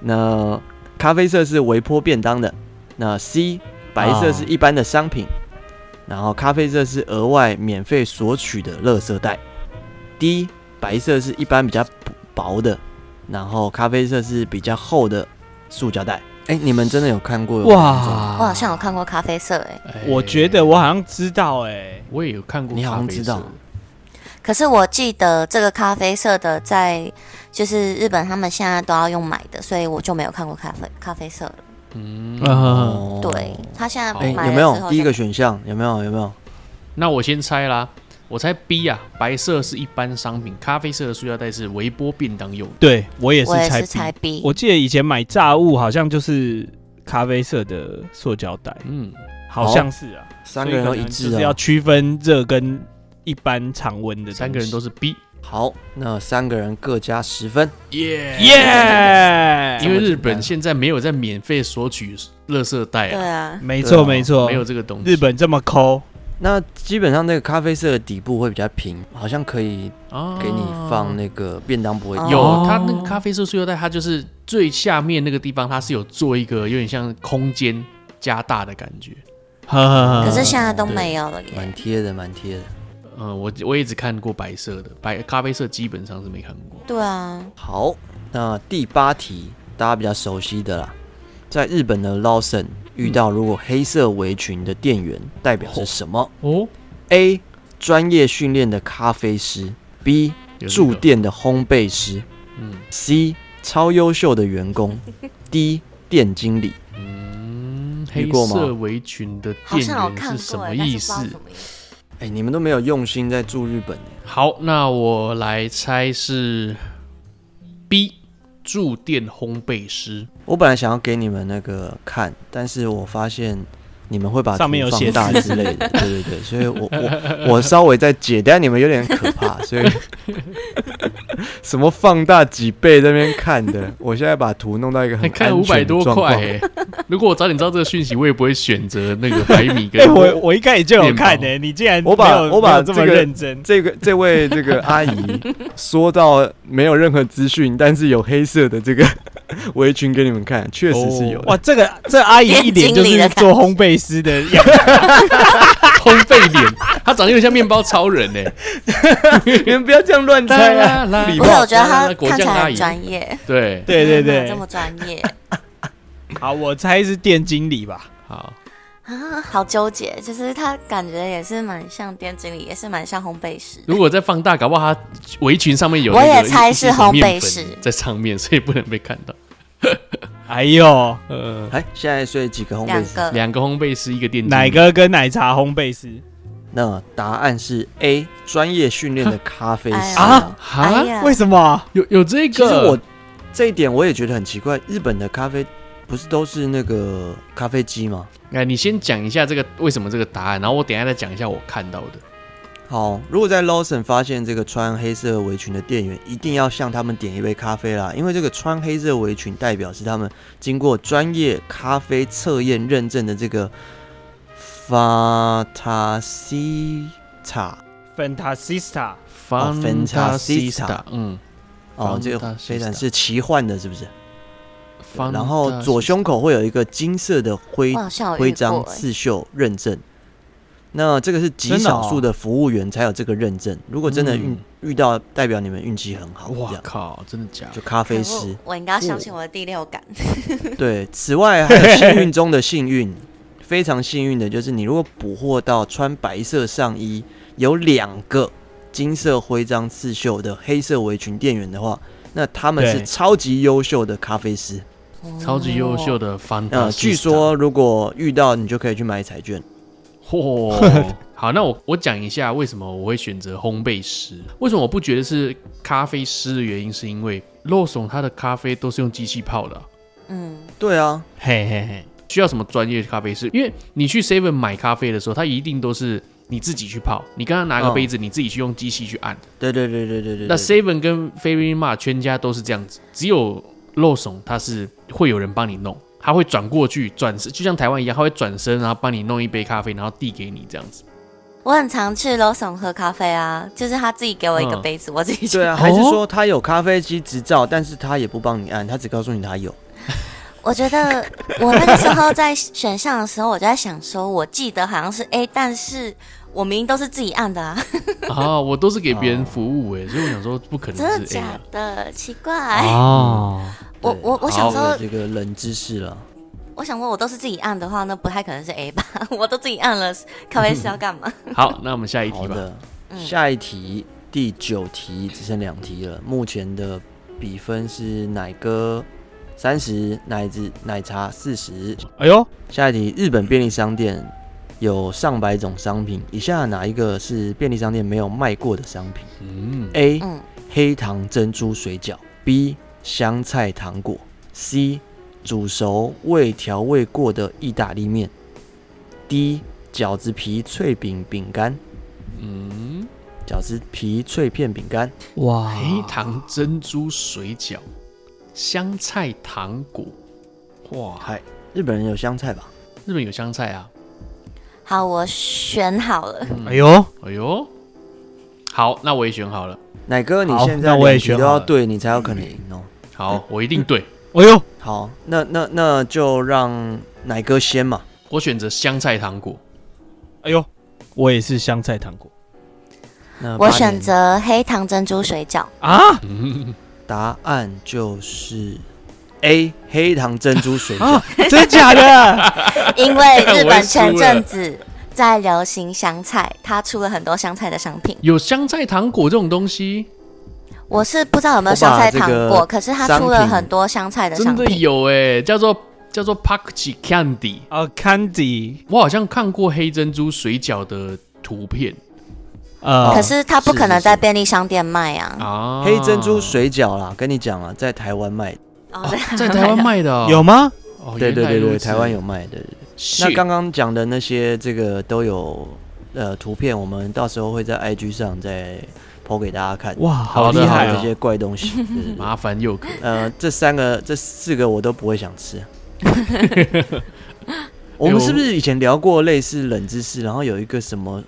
那咖啡色是微波便当的。那 C 白色是一般的商品，然后咖啡色是额外免费索取的垃圾袋。D 白色是一般比较薄的，然后咖啡色是比较厚的塑胶袋。哎、你们真的有看过有两种？
哇，
我好像有看过咖啡色欸诶、
哎
我觉得我好像知道哎，
我也有看过，
你好像知道，
可是我记得这个咖啡色的在就是日本他们现在都要用买的，所以我就没有看过咖啡咖啡色了。
嗯，
嗯，
哦
对他现在
好
哎、
买
有
了
没
之后
有
就
第一个选项？有没有？有没有？
那我先猜啦，我猜 B 啊，白色是一般商品，咖啡色的塑料袋是微波便当用的，
对我也是
我也
猜 B
是猜 B，
我记得以前买炸物好像就是咖啡色的塑胶袋，
嗯，
好像是啊，
哦三个人都
所
一
以可能
致
就是
啊、
要区分热跟一般常温的东西。
三个人都是 B，
好，那三个人各加十分。
耶
耶，
嗯
因为日本现在没有在免费索取垃圾袋
对
啊，
啊，
没错
对啊
没错
没，有这个东西，
日本这么抠，
那基本上那个咖啡色的底部会比较平，好像可以
啊
给你放那个便当不会
哦
掉。
有
哦，
它那个咖啡色塑料袋，它就是最下面那个地方，它是有做一个有点像空间加大的感觉。
呵呵呵。
可是现在都没有了耶
蛮。贴的，蛮贴的。
嗯，我我也只看过白色的，白咖啡色基本上是没看过。
对啊，
好，那第八题大家比较熟悉的啦，在日本的 Lawson 遇到如果黑色围裙的店员，代表是什么
哦，
？A. 专业训练的咖啡师；B.
有这个
驻，店的烘焙师
嗯
；C. 超优秀的员工；D. 店经理。
嗯，
遇
黑
过吗
色围裙的
好
店
像有看
员
过，
是什么
但
意
是不知道
思
什？么意思
哎、你们都没有用心在住日本、欸
好，那我来猜是 B 驻店烘焙师。
我本来想要给你们那个看，但是我发现你们会把
上面有
图
写
放大之类的，对对对，所以我我 我稍微再解，但你们有点可怕，所以 什么放大几倍在那边看的，我现在把图弄到一个
还
很
看
安
哎五百
全的
多
状
块
况。
欸、如果我早点知道这个讯息，我也不会选择那个百米 跟。
哎，我我应该也就有看
面
呢，你竟然
我把
没有
我把
没有这么
这个
认真，
这个这位这个阿姨说到没有任何资讯，但是有黑色的这个 围裙给你们看，确实是有的。
哇，这个这阿姨一脸就
店经理
是
的感觉
做烘焙师的 样子，
烘焙脸，他长得有点像面包超人欸呢、
你们不要这样乱
啦
猜
啦
啊！
啦
礼
不
貌
是，我觉得他
果
看起
酱
来
阿姨
很专业，
对，
对对
哪有这
对，
么专业
好，我猜是店经理吧，
好，
啊，好纠结。就是他感觉也是蛮像店经理，也是蛮像烘焙师。
如果再放大，搞不好他围裙上面有那个
我也猜是
一层
烘
面
焙
粉
师
在上面，所以不能被看 到。
哎呦，
呃，
哎，现在所以几个烘焙
两
师
个
两个烘焙师，一个店经理
奶？哥跟奶茶烘焙师，
那答案是 A，专业训练的咖啡师
哎呀
啊
哈
哎，呀
为，什么？
有有这个？
其实我这一点我也觉得很奇怪。日本的咖啡不是都是那个咖啡机吗？
哎，你先讲一下这个为什么这个答案，然后我等一下再讲一下我看到的。
好，如果在 Lawson 发现这个穿黑色围裙的店员，一定要向他们点一杯咖啡啦，因为这个穿黑色围裙代表是他们经过专业咖啡测验认证的这个 Fantasista。
Fantasista，
哦
Fantasista，
Fantasista
嗯，
哦，这个
Fantasista
非常是奇幻的，是不是？
Fantasista
然后左胸口会有一个金色的徽
我好像有
徽
遇过
章
哎、
刺绣认证。那这个是极
真的哦
少数的服务员才有这个认证，如果真的运、
嗯
遇到，代表你们运气很好，这
哇
样
靠，真的假
就
的？
咖啡
可
师
恶。我应该要相信我的第六感。
对，此外还有幸运中的幸运，非常幸运的就是你如果捕获到穿白色上衣、有两个金色徽章刺绣的黑色围裙店员的话，那他们是
对
超级优秀的咖啡师。
哦
超级优秀的
的，
Fantasista，、
呃，据说如果遇到你就可以去买彩券。
嚯、好，那我我讲一下为什么我会选择烘焙师，为什么我不觉得是咖啡师的原因，是因为 Lawson 他的咖啡都是用机器泡的啊、
嗯，
对啊，
嘿嘿嘿，
需要什么专业咖啡师？因为你去 Seven 买咖啡的时候，它一定都是你自己去泡，你刚刚拿个
嗯
杯子，你自己去用机器去按。
对对对对对对。
那
对
Seven 跟 f a v o r i Mart 全家都是这样子，只有肉怂它是会有人帮你弄，他会转过去转身，就像台湾一样，他会转身然后帮你弄一杯咖啡，然后递给你这样子。
我很常去 Lawson 喝咖啡啊，就是他自己给我一个
嗯
杯子，我自己去。
对啊，还是
哦
说他有咖啡机执照，但是他也不帮你按，他只告诉你他有。
我觉得我那个时候在选项的时候，我就在想说，我记得好像是 A，但是我明明都是自己按的啊，
啊，我都是给别人服务哎、所以我想说不可
真的
能是 A
假
啊。
的？奇怪，
哎
哦，
我
对
我我想
好有
说，
这个冷知识了。
我想问，我都是自己按的话，那不太可能是 A 吧？ 我都自己按了，咖啡是要干嘛？
好，那我们下一
好
题吧。
的，下一题第九题只剩两题了，目前的比分是奶哥三十，奶子奶茶四十。
哎呦，
下一题，日本便利商店有上百种商品，以下哪一个是便利商店没有卖过的商品
嗯，
？A.
嗯，
黑糖珍珠水饺，B. 香菜糖果，C. 煮熟未调味过的意大利面，D. 饺子皮脆饼饼干，
嗯，
饺子皮脆片饼干。啊
哇，
黑糖珍珠水饺，香菜糖果，哇，
嗨，日本人有香菜吧？
日本有香菜啊。
好，我选好了，
哎呦，
哎呦，好，那我也选好了。
奶哥，你
好
现
那
在
我也
两题
选
都
好
要
了
对，你才有可能赢哦。
好，我一定对，
哎呦，
好，那那那就让奶哥先嘛。
我选择香菜糖果。
哎呦，我也是香菜糖果
那
我
八
选
年
择黑糖珍珠水饺。
啊
答案就是 A 黑糖珍珠水 饺
啊。， 真假的？
因为日
我也
本
输了
前阵子在流行香菜，它出了很多香菜的商品。
有香菜糖果这种东西，
我是不知道有没有香菜糖
我把这
果，
个
可是它出了
商品
很多香菜的
真
商
的
品。
有哎、叫做叫做 Pakchi Candy。
哦，Candy，
我好像看过黑珍珠水饺的图片
呃，
可是它不可能
哦是是是
在便利商店卖啊！
啊，
黑珍珠水饺啦，跟你讲啦，在台湾卖，
哦，
在台湾卖的、哦，
有吗？
哦，
对对对对，台湾
有。
有卖，对对对。
Shit
那刚刚讲的那些，这个都有呃图片，我们到时候会在 IG 上再抛给大家看。
哇，
好
好
的
厉
厉害
害
好的
这
哦！
些怪东 西，对对对
麻烦又可
呃，这三个、这四个我都不会想 吃。我们是不是以前聊过类似冷知识？然后有一个什么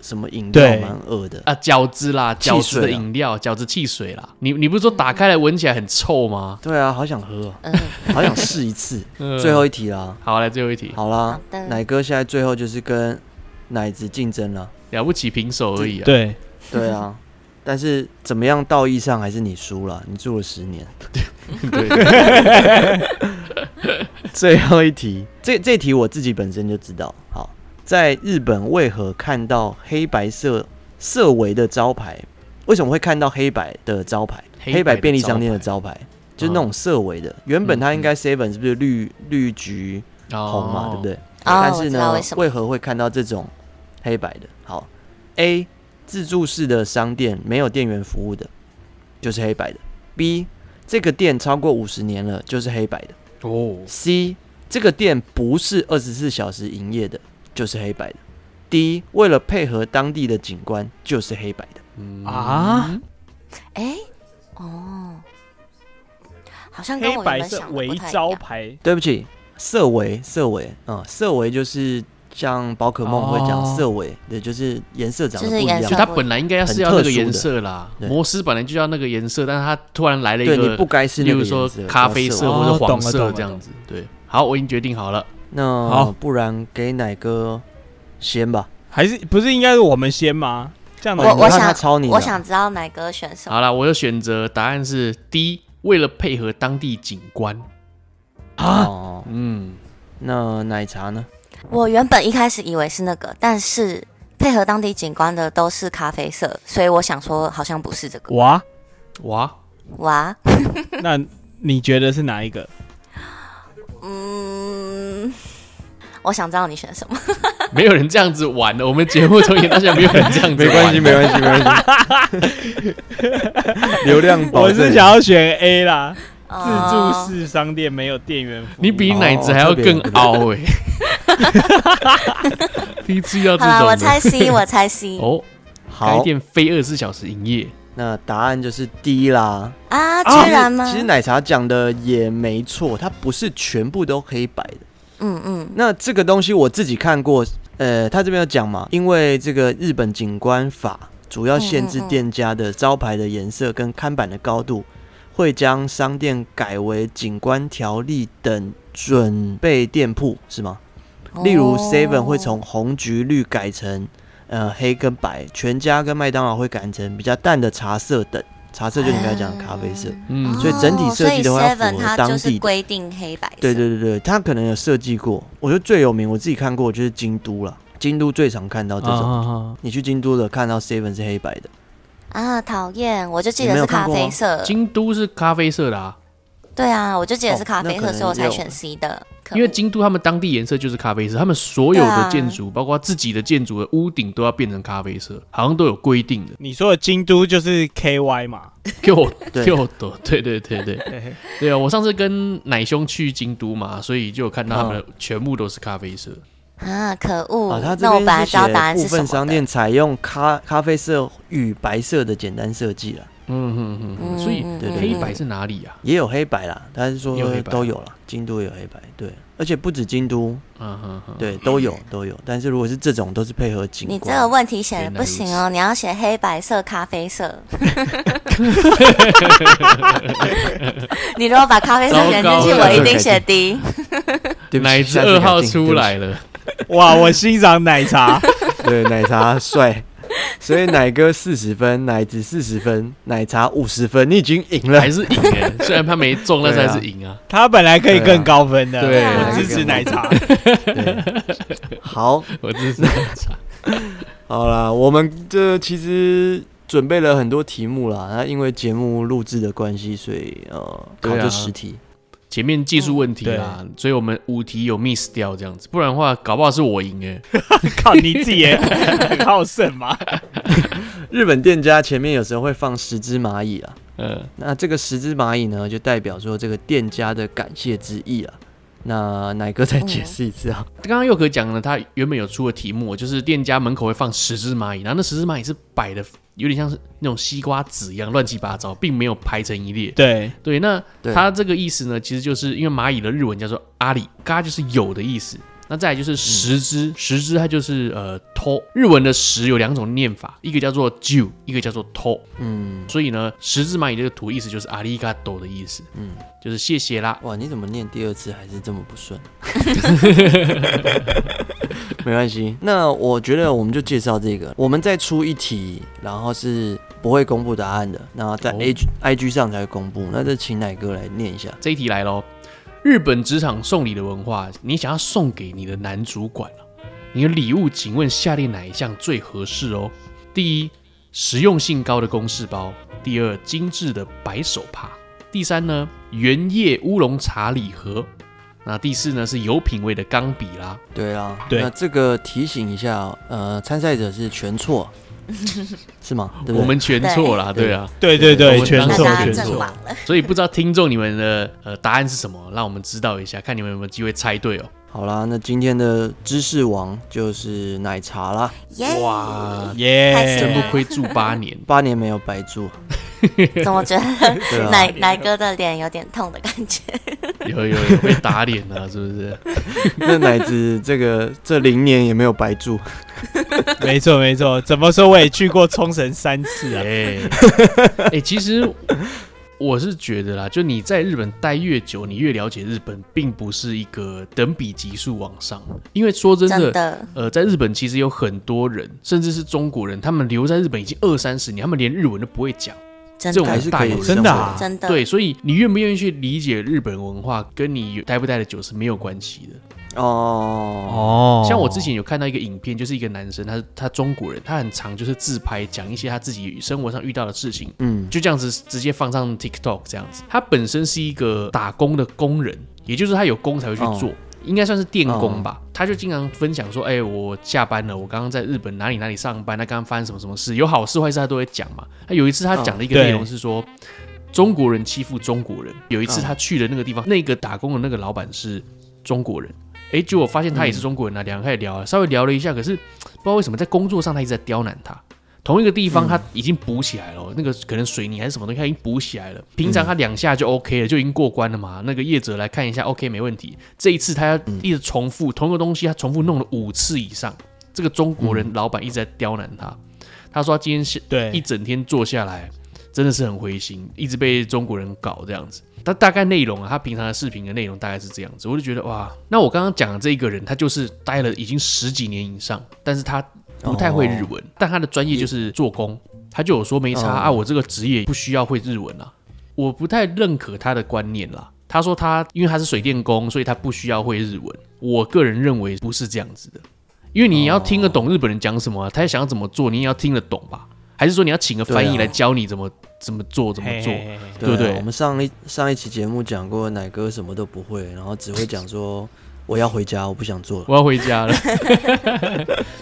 什么饮料
对
蛮恶的，
啊，饺子啦，
汽
饺子的
水啊
饮料，饺子汽水啦。你你不是说打开来闻起来很臭吗？
对啊，好想喝哦，
嗯，
好想试 一次。
嗯
最后一题啦，
好，来最后一题，
好啦
好，的
奶哥现在最后就是跟奶子竞争了。
了不起平手而已啊。
对，
对啊，但是怎么样道义上还是你输了，你住了十年。
对，
最后一题，这这题我自己本身就知道。好，在日本为何看到黑白色色违的招牌？为什么会看到黑白的招牌？
黑白的嗯
白便利商店的招牌，就是那种色违的。原本它应该 seven 是不是绿绿橘
哦
红嘛，对不对？但
哦，我
是
知道
呢
为，什么。
为何会看到这种黑白的？好，A 自助式的商店没有店员服务的，就是黑白的。B 这个店超过五十年了，就是黑白的。
哦，
C 这个店不是二十四小时营业的，就是黑白的。D 为了配合当地的景观，就是黑白的。
嗯
啊，
哎，哦，好像跟
黑
我原
白
本
是
想的不
为
太一
招
样。
牌，
对不起，色违，色违，嗯，色违就是像宝可梦会讲
哦
色违，对，就是颜色长得
就是
不一样
颜。
就
色
它本来应该是要那个颜色啦，
很特殊的对
摩斯本来就要那个颜色，但是它突然来了一
对，你
个，
不该是
例
那个
如
颜
说
色
咖啡
叫
色
哦
或者黄
懂了懂
色
了
这样子。对，好，我已经决定好了。
哦那
好
不然给奶哥先吧。
还是不是应该是我们先吗？这样
我
的
哦
我
你看他
想
抄你
啊
的
我想知道哪个选手
好啦，我的选择答案是 D，为了配合当地景观。
啊，
哦，
嗯，
那奶茶呢？
我原本一开始以为是那个，但是配合当地景观的都是咖啡色，所以我想说好像不是这个。
哇，
哇，
哇，
那你觉得是哪一个？
嗯，我想知道你选什么。
没有人这样子玩的，我们节目从演到现在 没有人这样子玩。
关系，没关系。 流量 保
我
证
是想要选 A 啦， 自
哦
助式商店没有店员服务。
你比奶子还要更凹 哎、第一次遇到这
哦好啊啦，
种的
我猜 C，我猜 C。
哦。该
好，
店非二十四小时营业，
那答案就是 D 啦。
啊，居然吗？
其实奶茶讲的也没错，它不是全部都黑白的。
嗯嗯，
那这个东西我自己看过，呃，他这边有讲嘛，因为这个日本景观法主要限制
嗯嗯嗯
店家的招牌的颜色跟看板的高度，会将商店改为景观条例等准备店铺，是吗？例如
哦
Seven 会从红、橘、绿改成呃黑跟白，全家跟麦当劳会改成比较淡的茶色等，茶色就你刚才讲的咖啡色。
嗯，
所以整体设计的话要符合
哦所以 Seven 它
当地
就
的
是规定黑白色。
对对对对，他可能有设计过。我觉得最有名，我自己看过就是京都了。京都最常看到
哦
这种，
啊，。
你去哦京都的看到 Seven 是黑白的，
啊，讨厌！我就记
你
得
没有
是
看
咖
过吗
啡色。
京都是咖啡色的啊，
对啊，我就记得是
哦
咖啡
那可能
色，所以我才
有
选 C 的。可恶
因为京都他们当地颜色就是咖啡色，他们所有
对
的
啊
建筑，包括自己的建筑的屋顶都要变成咖啡色，好像都有规定的
你说的京都就是 KY 嘛？
给我，
对
给我躲，对对对对
对
对啊！我上次跟奶兄去京都嘛，所以就有看到他们的全部都是咖啡色。
啊，可恶！
啊，他这
那我本来
边
知道答
写
案
部
是什
分
么
商
的
店采用咖咖啡色与白色的简单设计了，
嗯哼哼哼，
嗯
所以
嗯
对对
黑
对
白是哪里啊？
也有黑白啦，他是说
有黑白啊
都有啦，京都也有黑白，对，而且不止京都，
嗯哼哼，
对，都有都有。但是如果是这种，都是配合景
你这
观。
个问题写的
原来
不
如
行
此
哦，你要写黑白色、咖啡色。 你如果把咖啡色选进去，
糟糕
我一定写 D。
对不起
奶子
下次
二
改
号
进
出来了，
哇，我欣赏奶茶，
对，奶茶帅，所以奶哥四十分，奶子四十分，奶茶五十分，你已经赢了
还。是赢哎、虽然他没中，但是还是赢啊。
他本来可以更高分的，
对啊
我支持奶茶。
对，好，
我真是奶茶。
好啦，我们这其实准备了很多题目啦，那因为节目录制的关系，所以呃，考
对啊
这十题。
前面技术问题啦，所以我们五题有 miss 掉这样子，不然的话搞不好是我赢哎、
靠，你自己也 很好胜嘛？
日本店家前面有时候会放十只蚂蚁啦，
呃，
那这个十只蚂蚁呢，就代表说这个店家的感谢之意啊。那奶哥再解释一次啊，
刚刚又可讲了，他原本有出的题目，就是店家门口会放十只蚂蚁，然后那十只蚂蚁是摆的，有点像是那种西瓜籽一样乱七八糟，并没有排成一列。
对，
对，那
对
它这个意思呢，其实就是因为蚂蚁的日文叫做阿里，嘎就是有的意思。那再来
嗯
就是十只，十只它就是呃偷。日文的十有两种念法，一个叫做 ju，一个叫做偷。
嗯，
所以呢，十只蚂蚁这个图意思就是阿里嘎多的意思，嗯
嗯，
就是谢谢啦。
哇，你怎么念第二次还是这么不 顺？没关系，那我觉得我们就介绍这个，我们再出一题，然后是不会公布答案的，那在
哦
A G、I G 上才会公布。那就请奶哥来念一下。
这一题来喽，日本职场送礼的文化，你想要送给你的男主管啊你的礼物，请问下列哪一项最合适哦？第一，实用性高的公事包；第二，精致的白手帕；第三呢，原叶乌龙茶礼盒；那第四呢，是有品味的钢笔啦。
对啦，啊
对
那这个提醒一下哦，呃，参赛者是全错，是吗？对不对
我们全错啦，
对
对啊，
对对
对
对，
我
全
当
那
错
时候
大
全
家
错
全错。
阵亡了。
所以不知道听众你们的呃答案是什么，让我们知道一下，看你们有没有机会猜对哦。
好啦，那今天的知识王就是奶茶啦，
耶！
哇，
太
啊
神
真
耶
了！
不愧住八年，
八年没有白住，
怎么觉
对
得
啊
奶奶哥的脸有点痛的感觉？
有有有被打脸了，是不是？
那奶子这个这零年也没有白住，
没错没错，怎么说我也去过冲绳三次啊。
哎哎， 其实我是觉得啦，就你在日本待越久，你越了解日本，并不是一个等比级数往上，因为说真
真
的。
的，
呃，在日本其实有很多人，甚至是中国人，他们留在日本已经二三十年，他们连日文都不会讲。
真
这种
还
的，
是可以
大有
生
真的啊
活
真的，
对，所以你愿不愿意去理解日本文化，跟你待不待得久是没有关系的。
哦
哦
像我之前有看到一个影片，就是一个男生，他是他中国人，他很常就是自拍，讲一些他自己生活上遇到的事情，
嗯，
就这样子直接放上 TikTok 这样子。他本身是一个打工的工人，也就是他有工才会去做。应该算是电工吧，他就经常分享说：“哎、我下班了，我刚刚在日本哪里哪里上班，他刚刚发生什么什么事，有好事坏事他都会讲嘛。”他有一次他讲的一个
嗯
内容是说，中国人欺负中国人。有一次
嗯
他去的那个地方，那个打工的那个老板是中国人，哎、结果发现他也是中国人啊，两个开始聊啊，稍微聊了一下，可是不知道为什么在工作上他一直在刁难他。同一个地方他已经补起来了哦，那个可能水泥还是什么东西，他已经补起来了。平常他两下就 OK 了，就已经过关了嘛。那个业者来看一下，OK 没问题。这一次他要一直重复、同一个东西，他重复弄了五次以上。这个中国人老板一直在刁难他，他说他今天是一
对
整天做下来，真的是很灰心，一直被中国人搞这样子。他大概内容啊，他平常的视频的内容大概是这样子，我就觉得哇，那我刚刚讲的这一个人，他就是待了已经十几年以上，但是他不太会日文，但他的专业就是做工，他就有说没差、
哦
啊，我这个职业不需要会日文啊，我不太认可他的观念啦。他说他因为他是水电工，所以他不需要会日文。我个人认为不是这样子的，因为你要
哦
听得懂日本人讲什么啊、他想要怎么做，你也要听得懂吧？还是说你要请个翻译
对
来
啊
教你怎么、怎么做怎么做？
嘿嘿嘿
对不对
啊我们上一上一期节目讲过，奶哥什么都不会，然后只会讲说我要回家，我不想做了。
我要回家 了。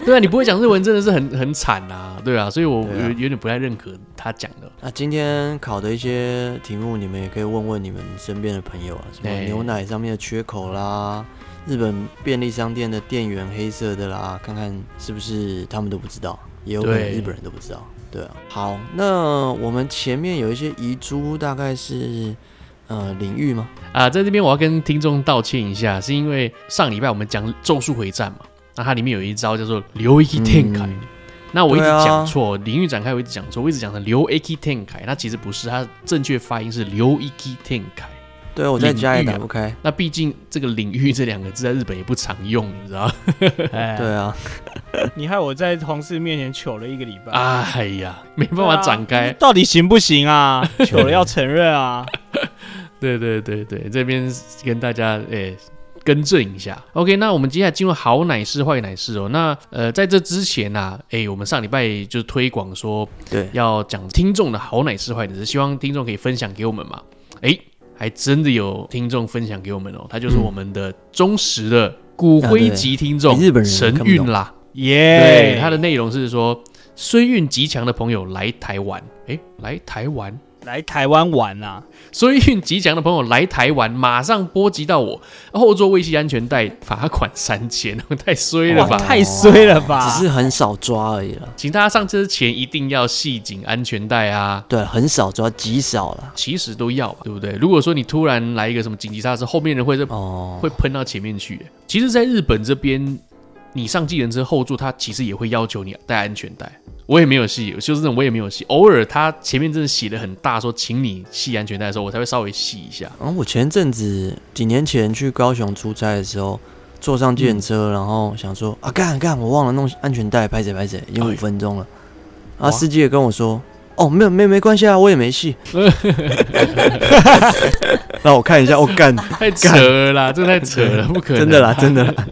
对啊，你不会讲日文真的是很很惨啊，对啊，所以我
对
有
啊
有点不太认可他讲的。
那今天考的一些题目，你们也可以问问你们身边的朋友啊，什么
哎
牛奶上面的缺口啦，日本便利商店的店员黑色的啦，看看是不是他们都不知道，也有可能
对
日本人都不知道。对啊，好，那我们前面有一些遗珠，大概是呃领域吗？
啊，在这边我要跟听众道歉一下，是因为上礼拜我们讲《咒术回战》嘛，那它里面有一招叫做“留一天开”，
嗯
那我一直
对啊
讲错，领域展开我一直讲错，我一直讲成“留 a k i ten 开”，那其实不是，它正确发音是“留 a k i ten 开
对啊，我在家也
领域啊
打不开。”。
那毕竟这个“领域”这两个字在日本也不常用，你知道？
哎
对啊，
你害我在同事面前糗了一个礼拜，
哎呀，没办法展开。
到底行不 行啊？糗了要承认啊！
对对对对，这边跟大家诶、更正一下。OK，那我们接下来进入好奶事坏奶事哦。那呃，在这之前啊，诶、我们上礼拜就是推广说
对，
要讲听众的好奶事坏奶事，希望听众可以分享给我们嘛。诶、还真的有听众分享给我们哦，他就是我们的忠实的骨灰级听众、
啊对日本人
神
看不
韵
懂哎
啦。对
耶，，
他的内容是说，虽运极强的朋友来台湾，诶、来台湾。
来台湾玩啊，
所以运极强的朋友来台湾，马上波及到我，啊后座未系安全带，罚款三千， 太衰了
哇，
吧！哦
太衰了吧！
啊
只是很少抓而已啦。
请大家上车前一定要系紧安全带啊！
对，很少抓，极少啦。
其实都要吧，对不对？如果说你突然来一个什么紧急刹车，后面人会在
哦，
会喷到前面去。其实，在日本这边，你上计程车后座，他其实也会要求你戴安全带。我也没有系，就是那种我也没有系。偶尔他前面真的写的很大，说请你系安全带的时候，我才会稍微系一下。
然后哦我前阵子几年前去高雄出差的时候，坐上计程车，然后想说啊干干，我忘了弄安全带，拍谁拍谁，已经
哎
五分钟了。
嗯哇
啊，司机也跟我说，哦，没有没没关系啊，我也 没戏。那我看一下，我、干，哦
太扯了啦，这太扯了，不可能。
真的啦，真的啦。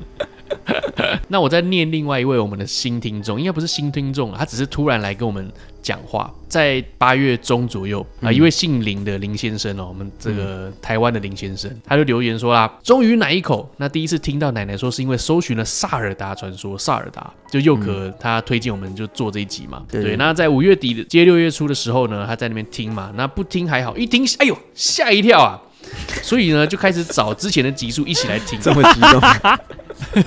那我再念另外一位我们的新听众，应该不是新听众啊，他只是突然来跟我们讲话，在八月中左右啊、一位姓林的林先生哦，我们这个台湾的林先生，他就留言说啦，终于奶一口。那第一次听到奶奶说是因为搜寻了《萨尔达传说》，萨尔达就佑可他推荐我们就做这一集嘛，
对
对，那在五月底的接六月初的时候呢，他在那边听嘛，那不听还好，一听哎呦吓一跳啊。所以呢，就开始找之前的集数一起来听，
这么激动，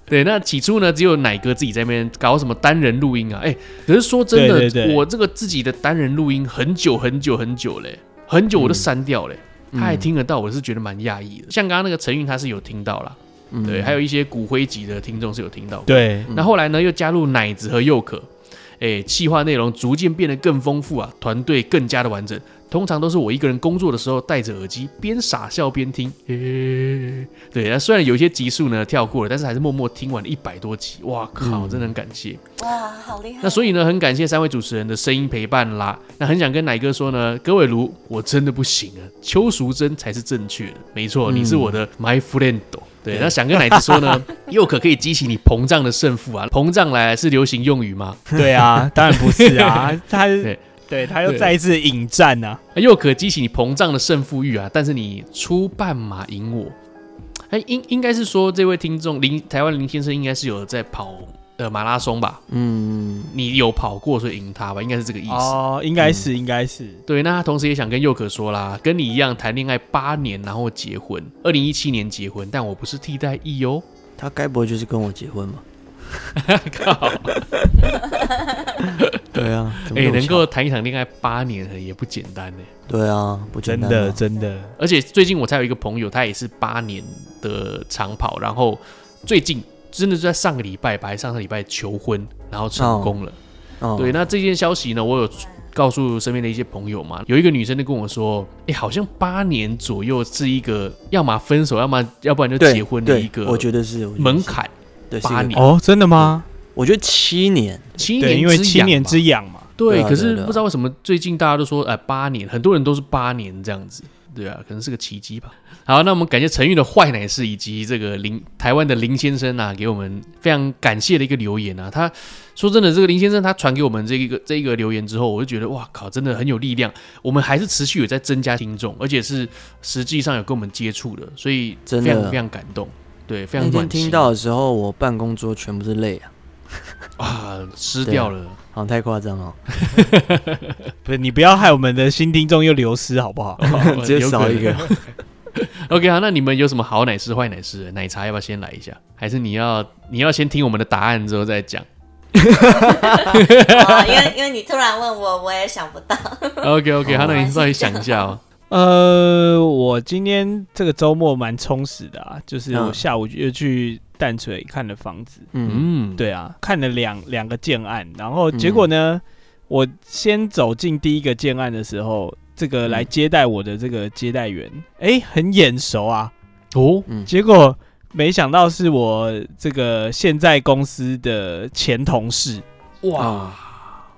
对，那起初呢，只有奶哥自己在那边搞什么单人录音啊，哎、可是说真的，
对对对
我这个自己的单人录音很久很久很久嘞、很
嗯
久我都删掉嘞、他还听得到，我是觉得蛮讶异的。像刚刚那个陈韵，他是有听到啦，
嗯
对，还有一些骨灰级的听众是有听到过。
对，
那后来呢，又加入奶子和佑可，哎、企划内容逐渐变得更丰富啊，团队更加的完整。通常都是我一个人工作的时候，戴着耳机边傻笑边听。嘿嘿嘿对，那虽然有一些集数呢跳过了，但是还是默默听完了一百多集。哇靠，真的很感谢。
哇，好厉害！
那所以呢，很感谢三位主持人的声音陪伴啦。那很想跟奶哥说呢，各位如我真的不行了，邱淑贞才是正确的，没错，你是我的 my friend。对，那想跟奶子说呢，又可可以激起你膨胀的胜负啊！膨胀来是流行用语吗？
对啊，当然不是 啊，他
对
对他又再一次引战啊，
又哎可激起你膨胀的胜负欲啊！但是你出半马赢我，哎，应应该是说这位听众林台湾林先生应该是有在跑呃马拉松吧？
嗯，
你有跑过所以赢他吧？应该是这个意思。
哦，应该是，应该是，
对，那他同时也想跟佑可说啦，跟你一样谈恋爱八年，然后结婚，二零一七年结婚，但我不是替代役哦。
他该不会就是跟我结婚吧？
靠，
对啊，怎么
哎、
那么
能
巧
够谈一场恋爱八年也不简单呢。
对啊，不简
真
单
的，
啊
真的，
而且最近我才有一个朋友，他也是八年的长跑，然后最近真的是在上个礼拜吧，还是上个礼拜求婚，然后成功了。
哦
对，那这件消息呢，我有告诉身边的一些朋友嘛，有一个女生就跟我说，哎、好像八年左右是一个要么分手，要么要不然就
对
结婚的
对
一个
我觉得是我觉得
门
是
槛。
对是一个
八年
哦，真的吗？
我觉得七年，
七年
对，
之
因为七
痒
年
吧
之痒嘛，
对，
对啊
可
对啊
是
对啊
不知道为什么最近大家都说，哎、八年，很多人都是八年这样子，对啊，可能是个奇迹吧。好，那我们感谢陈玉的坏奶师以及这个林台湾的林先生啊，给我们非常感谢的一个留言啊。他说真的，这个林先生他传给我们这一个这一个留言之后，我就觉得哇靠，真的很有力量。我们还是持续有在增加听众，而且是实际上有跟我们接触的，所以
真
非
的
常非常感动。对，非
那
常
天
暖心
听到的时候，我办公桌全部是泪啊，
啊，湿
对啊
掉了。
好像太夸张了，
不是你不要害我们的新听众又流失好 不好？
直接少一个。
OK 好，那你们有什么好奶师、坏奶师？奶茶要不要先来一下？还是你要你要先听我们的答案之后再讲
哇因为因为你突然问我，我也想不到。
？OK OK，
好
好，啊那你稍微想一下哦。
呃，我今天这个周末蛮充实的啊，就是
嗯
我下午又去淡水看了房子，
嗯，
嗯，，
对啊，看了两两个建案，然后结果呢，
嗯
我先走进第一个建案的时候，这个
嗯
来接待我的这个接待员，哎、很眼熟啊，
哦，
嗯
结果没想到是我这个现在公司的前同事。
哇，
啊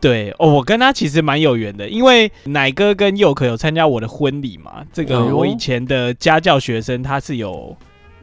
对哦，我跟他其实蛮有缘的，因为奶哥跟佑可有参加我的婚礼嘛。这个
哎呦
我以前的家教学生，他是有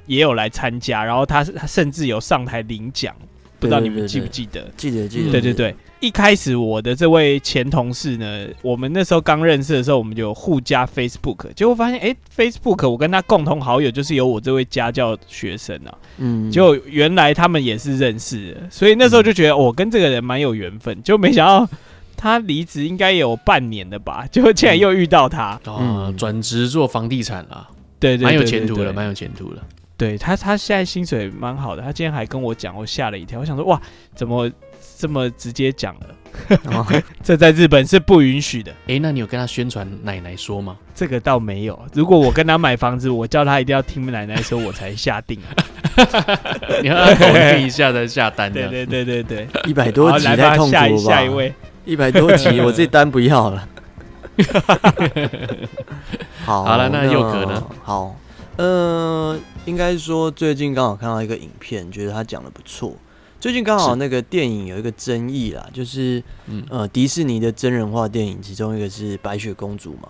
也有来参加，然后他是他甚至有上台领奖，不知道
对
你
对
们
对
记不
对
记得？
记得记
嗯
得，
对对，对，一开始我的这位前同事呢，我们那时候刚认识的时候，我们就互加 Facebook，结果发现哎，Facebook 我跟他共同好友就是有我这位家教学生啊，
嗯，
就原来他们也是认识的，所以那时候就觉得我、哦跟这个人蛮有缘分，就没想到他离职应该有半年了吧， 结果竟然又遇到他，
啊，
嗯
转职做房地产啦，
对对
蛮有
对
前途
对
的，蛮有前途的。
对他，他现在薪水蛮好的，他今天还跟我讲，我吓了一跳，我想说哇，怎么这么直接讲了？
哦
这在日本是不允许的。
哎，那你有跟他宣传奶奶说 吗？
这个倒没有。如果我跟他买房子，我叫他一定要听奶奶说，我才下定 啊。
你要考虑一下再下单
对
的。
对对对对，
一百
好，
多集
来
太
吧，
痛苦
下一
了
下一
吧？
位，
一百多 集，我这单不要了。好，
好了那佑可呢？
好，呃，应该说最近刚好看到一个影片，觉得他讲的不错。最近刚好
是
那个电影有一个争议啦，就是
嗯，
呃迪士尼的真人化电影，其中一个是《白雪公主》嘛。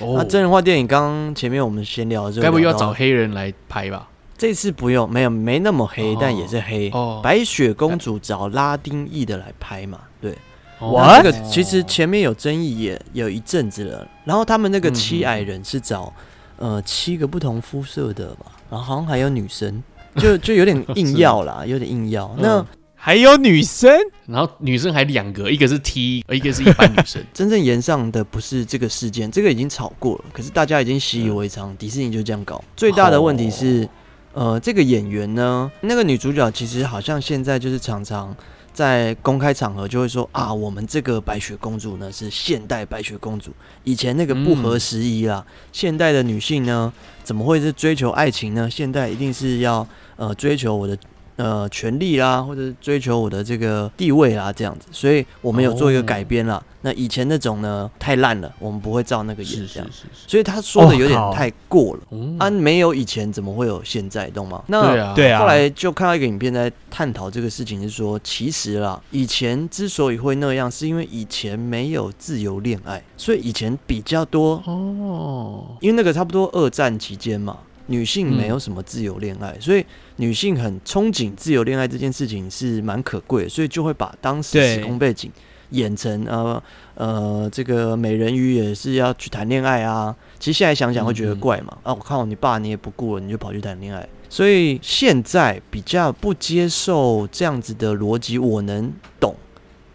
那
哦，
真人化电影刚前面我们闲聊的时候，
该不会又要
聊到
找黑人来拍吧？
这次不用，没有没那么黑，
哦
但也是黑。
哦
白雪公主找拉丁裔的来拍嘛，对。
哦
我
那
What？
这个其实前面有争议也有一阵子了，然后他们那个七矮人是找、呃七个不同肤色的吧，然后好像还有女生，就就有点硬要啦，有点硬要。那
嗯
还有女生，
然后女生还两个，一个是 T，一个是一般女生。
真正言上的不是这个事件，这个已经吵过了，可是大家已经习以为常，迪士尼就这样搞。最大的问题是，呃，这个演员呢，那个女主角其实好像现在就是常常在公开场合就会说啊，我们这个白雪公主呢是现代白雪公主，以前那个不合时宜啦。现代的女性呢，怎么会是追求爱情呢？现代一定是要呃追求我的。呃，权利啦，或者是追求我的这个地位啦，这样子，所以我们有做一个
哦
改编啦。那以前那种呢，太烂了，我们不会照那个演
是
这
是
样。
是是，
所以他说的有点
哦好
太过了，
嗯
啊，没有以前怎么会有现在，懂吗？那
对啊，
对
啊，
啊，
后来就看到一个影片在探讨这个事情，是说其实啦，以前之所以会那样，是因为以前没有自由恋爱，所以以前比较多，
哦，
因为那个差不多二战期间嘛，女性
嗯
没有什么自由恋爱，所以女性很憧憬自由恋爱这件事情是蛮可贵的，所以就会把当时
对
时空背景演成呃呃，这个美人鱼也是要去谈恋爱啊。其实现在想想会
嗯
觉得怪嘛，啊，我靠，你爸你也不顾了，你就跑去谈恋爱。所以现在比较不接受这样子的逻辑，我能懂，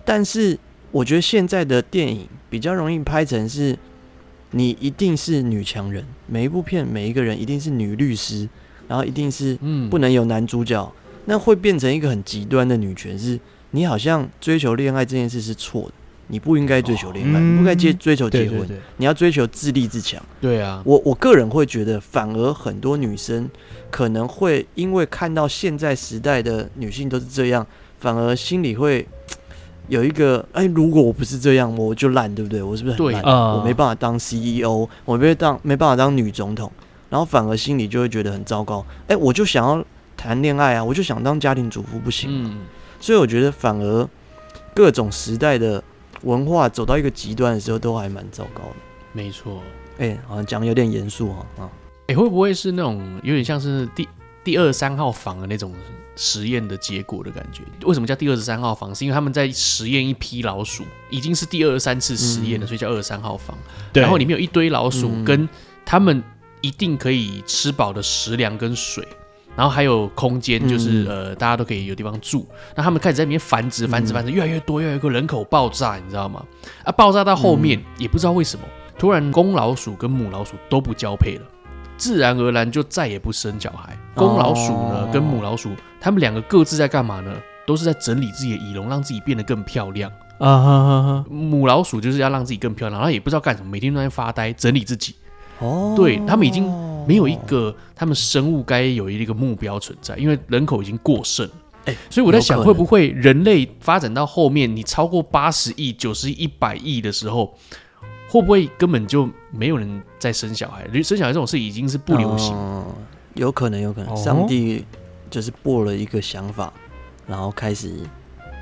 但是我觉得现在的电影比较容易拍成是，你一定是女强人，每一部片每一个人一定是女律师，然后一定是
嗯，
不能有男主角，那会变成一个很极端的女权，是你好像追求恋爱这件事是错的，你不应该追求恋爱，
哦
你不该接追求结
对
婚，
对对，
你要追求自立自强。
对啊，
我我个人会觉得，反而很多女生可能会因为看到现在时代的女性都是这样，反而心里会嘖有一个，哎，如果我不是这样，我就烂，对不对？我是不是很
对
烂？
啊
我没办法当 CEO，我没当没办法当女总统，然后反而心里就会觉得很糟糕。哎，我就想要谈恋爱啊，我就想当家庭主妇，不行吗？
嗯，
所以我觉得反而各种时代的文化走到一个极端的时候，都还蛮糟糕的。
没错。
哎，好像讲得有点严肃哈、啊。
哎、会不会是那种有点像是第第二三号房的那种实验的结果的感觉？为什么叫第二十三号房？是因为他们在实验一批老鼠，已经是第二三次实验了，
嗯
所以叫二十三号房。
对
然后里面有一堆老鼠，
嗯
跟他们一定可以吃饱的食粮跟水。然后还有空间，就是、
嗯
呃，大家都可以有地方住。那他们开始在里面繁殖，繁殖，繁殖，越来越多，越来越多，人口爆炸，你知道吗？啊，爆炸到后
嗯
面、也不知道为什么，突然公老鼠跟母老鼠都不交配了，自然而然就再也不生小孩。公老鼠呢
哦
跟母老鼠，他们两个各自在干嘛呢？都是在整理自己的仪容，让自己变得更漂亮。
啊哈哈哈，
母老鼠就是要让自己更漂亮，然后也不知道干什么，每天都在发呆整理自己。
哦，
对他们已经没有一个他们生物该有一个目标存在，因为人口已经过剩。哎，所以我在想，
有可
会
能
不会人类发展到后面，你超过八十亿、九十亿、一百亿的时候，会不会根本就没有人再生小孩？生小孩这种事已经是不流行。
嗯有可能，有可能，
哦
上帝就是播了一个想法，然后开始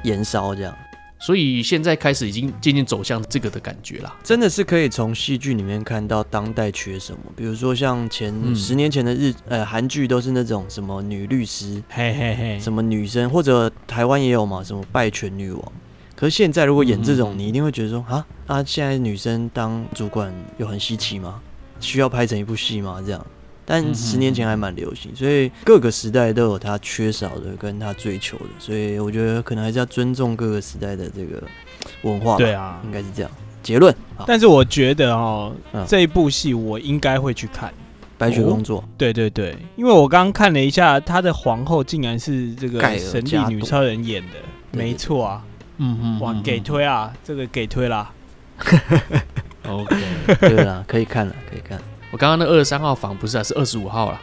燃烧，这样
所以现在开始已经渐渐走向这个的感觉啦。
真的是可以从戏剧里面看到当代缺什么，比如说像前
嗯
十年前的日呃韩剧都是那种什么女律师，
嘿嘿嘿，
什么女生，或者台湾也有嘛，什么拜权女王。可是现在如果演这种，你一定会觉得说啊啊，现在女生当主管有很稀奇吗？需要拍成一部戏吗？这样，但十年前还蛮流行，所以各个时代都有它缺少的跟它追求的，所以我觉得可能还是要尊重各个时代的这个文化吧，
对啊，
应该是这样。结论啊，
但是我觉得哦
嗯，
这一部戏我应该会去看。
白雪公 主，
对对对，因为我刚刚看了一下，她的皇后竟然是这
盖尔
个
加
神
朵
力女超人演的，
对
没错啊！
嗯嗯
哇，给推啊，这个给推啦！
OK。
对啦，可以看了，可以 看。
我刚刚那二十三号房不是啊，是二十五号啦。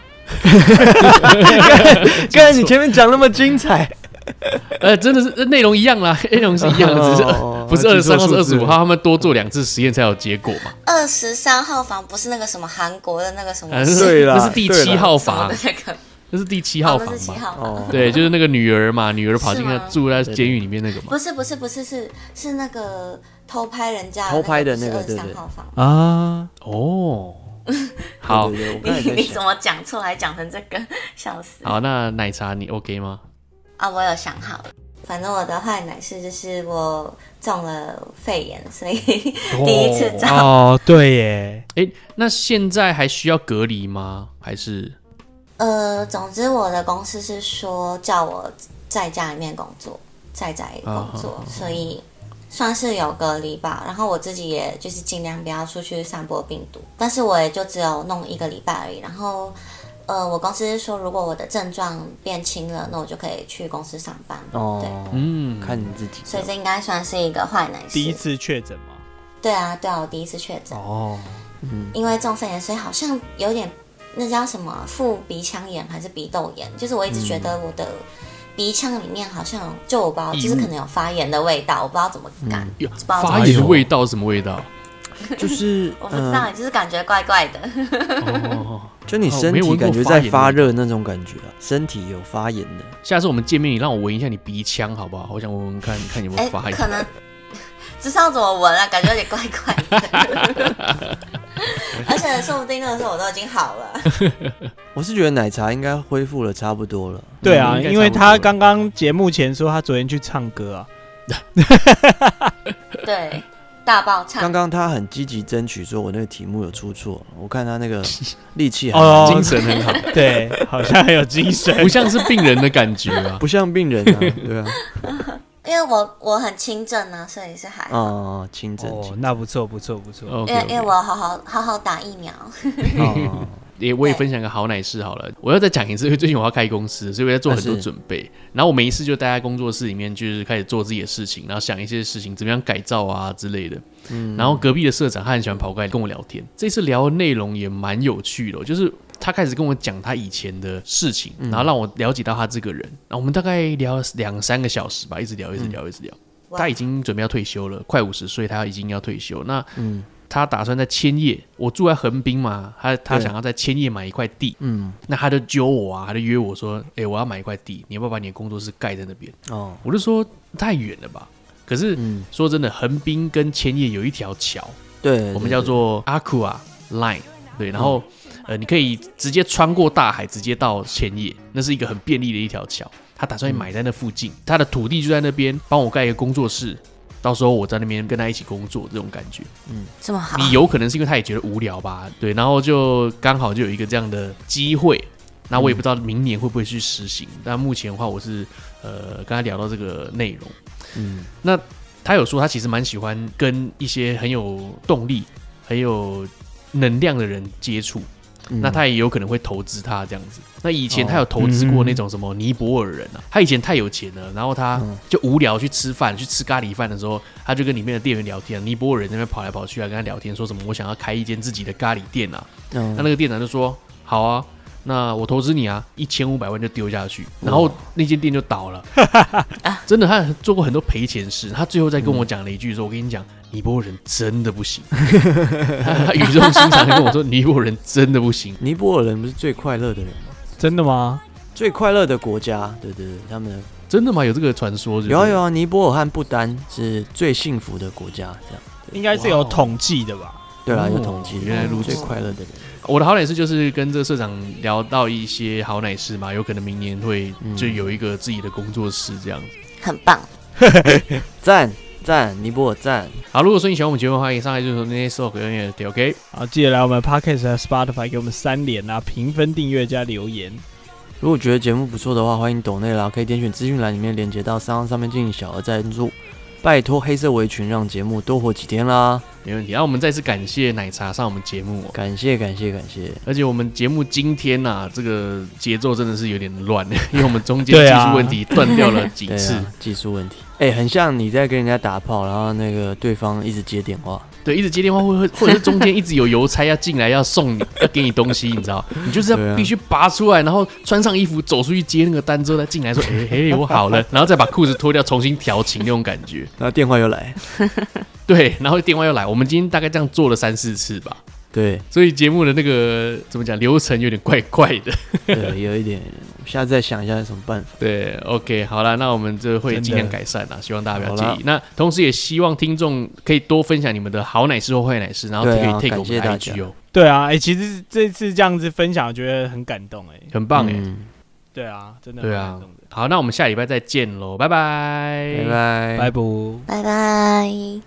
刚才你前面讲那么精彩，
呃，真的是呃内容一样啦， 内容是一样的，只是
哦
不是二十三号是二十五，
记错数字
号，他们多做两次实验才有结果嘛。
二十三号房不是那个什么韩国的那个什么
呃
什
对啦
那是第七号
么
房
的，那个，
那是第七号
哦，
房
那是七
嘛。
号房。
哦，
对，就是那个女儿嘛，女儿跑进
是
来
吗
住在监狱里面那个嘛。
不是不是不是是是那个偷拍人家
偷拍的那
那
个
二十
对
三
对
号房，
啊，
哦，好
对对对我刚才也在
你 你怎
想，
么讲出来讲成这个，笑死！
好，那奶茶你 OK 吗？
啊，我有想好了。反正我的坏奶是，就是我中了肺炎，所以第一次中。
哦，对耶，
诶，那现在还需要隔离吗？还是
呃，总之我的公司是说叫我在家里面工作，在家里工
啊
作，所以算是有隔离吧。然后我自己也就是尽量不要出去散播病毒，但是我也就只有弄一个礼拜而已。然后，呃，我公司是说如果我的症状变轻了，那我就可以去公司上班。对，
哦，
嗯，
看你自己。
所以这应该算是一个坏奶事。
第一次确诊嘛。
对啊，对啊，我第一次确诊。
哦，
嗯
因为中肺炎，所以好像有点那叫什么副鼻腔炎还是鼻窦炎，就是我一直觉得我的鼻腔里面好像就我不知道，
异物
就是可能有发炎的味道，我不知道怎么感，
哟
知道
嗯发
怎么
炎
哎
说
味道是什么味 道？
就是
我不知道，欸
嗯，
就是感觉怪怪的。
哦，
就你身体感觉在发热那种感觉啊，身体有发炎的，
下次我们见面，你让我闻一下你鼻腔好不好？我想闻闻看看有没
哎、
有嗯发炎。
可能知道怎么闻啊，感觉有点怪怪的。 而且说不定那个时候我都已经好了，
我是觉得奶茶应该恢复了差不多 了。
对啊，
应该
因为
差不多了
他刚刚节目前说他昨天去唱歌啊，
对，大爆唱
刚。刚他很积极争取，说我那个题目有出错，我看他那 个力气还
哦
精神很好，
对，好像很有精神
不。像是病人的感觉啊。
不像病 人啊，对啊，
因为我我很轻症啊，所以是还
啊、
好。
哦，轻 症，
哦
轻，
那不错，不错，不错。
OK，
因为因为我好好好好打疫苗，
哦
也我也分享个好奶事好了，我要再讲一次，因为最近我要开公司，所以我在做很多准
啊
备。然后我每一次就待在工作室里面，就是开始做自己的事情，然后想一些事情怎么样改造啊之类的。
嗯
然后隔壁的社长他很喜欢跑过来跟我聊天，这次聊的内容也蛮有趣的哦、就是他开始跟我讲他以前的事情，
嗯
然后让我了解到他这个人。然后我们大概聊了两三个小时吧，一直聊，一直聊，
嗯
一直聊。
哇
他已经准备要退休了，快五十岁，他已经要退休。那
嗯
他打算在千叶，我住在横滨嘛，他他
对
想要在千叶买一块地，
嗯，
那他就揪我啊，他就约我说，诶，我要买一块地，你要不要把你的工作室盖在那边？
哦，
我就说太远了吧。可是、
嗯，
说真的，横滨跟千叶有一条桥，
对，对
我们叫，做阿库啊 Line，对，然后、呃，你可以直接穿过大海，直接到千叶，那是一个很便利的一条桥。他打
嗯
算买在那附近，他的土地就在那边，帮我盖一个工作室，到时候我在那边跟他一起工作，这种感觉。
这么好。
你有可能是因为他也觉得无聊吧，对，然后就刚好就有一个这样的机会，那
嗯
我也不知道明年会不会去实行，但目前的话，我是呃跟他聊到这个内容，
嗯，
那他有说他其实蛮喜欢跟一些很有动力、很有能量的人接触，
嗯
那他也有可能会投资他这样子。那以前他有投资过那种什么尼泊尔人啊，他以前太有钱了，然后他就无聊去吃饭，去吃咖喱饭的时候，他就跟里面的店员聊天，尼泊尔人在那边跑来跑去啊，跟他聊天，说什么我想要开一间自己的咖喱店啊，
嗯
那那个店长就说：“好啊，那我投资你啊，一千五百万就丢下去。”然后那间店就倒 了，真的，他做过很多赔钱事。他最后再跟
嗯
我讲了一句说：“我跟你讲，尼泊尔人真的不行。” 他他语重心长的跟我说：“尼泊尔人真的不行。
尼泊尔人不是最快乐的人吗？
真的吗？
最快乐的国家，对对对，他们的”
真的吗？有这个传说是不是？
有啊有啊，尼泊尔和不丹是最幸福的国家，这样
应该是有统计的吧？
对啦，
哦
有统计，
原来如此
最快乐的人，
我的好奶事就是跟这个社长聊到一些好奶事嘛，有可能明年会
嗯
就有一个自己的工作室这样子。
很棒。
赞赞，尼泊尔赞，
好，如果说你喜欢我们节目的话，欢迎上来就是说那些 s o 给永远 OK。
好，记得来我们 Podcast 和 Spotify 给我们三连啊，评分、订阅加留言。
如果觉得节目不错的话，欢迎抖内啦，可以点选资讯栏里面连接到三号上面进行小额赞助，拜托黑色围裙让节目多活几天啦，
没问题。然、后我们再次感谢奶茶上我们节目、哦，
感谢感谢感谢，
而且我们节目今天呐、这个节奏真的是有点乱， 因为我们中间
对
技
啊
术问题断掉了几
对
次。
啊，技术问题，哎、很像你在跟人家打炮，然后那个对方一直接电话，
对，一直接电话，或者或者是中间一直有邮差要进来要送你，要给你东西，你知 道，你就是
对
要
啊
必须拔出来，然后穿上衣服走出去接那个单之后再进来说， 哎、嘿，我好了，然后再把裤子脱掉重新调情那种感觉。
然后电话又来，
对，然后电话又来，我们今天大概这样做了三四次吧。
对
所以节目的那个怎么讲流程有点怪怪的。
对，有一点，下次再想一下有什么办法。
对，OK，好啦，那我们这会
真的
尽量改善啦，希望大家不要
好
介
啦
意。那同时也希望听众可以多分享你们的好奶师或坏奶师，然后可
对
以
啊
take 我
感
们的
谢大
IG 哦，
对啊，哎、其实这次这样子分享，我觉得很感动哎、
很棒哎、
嗯，
对啊，真的很
对啊
感动的。
好，那我们下礼拜再见喽，拜拜，
拜拜，
拜拜。
拜拜。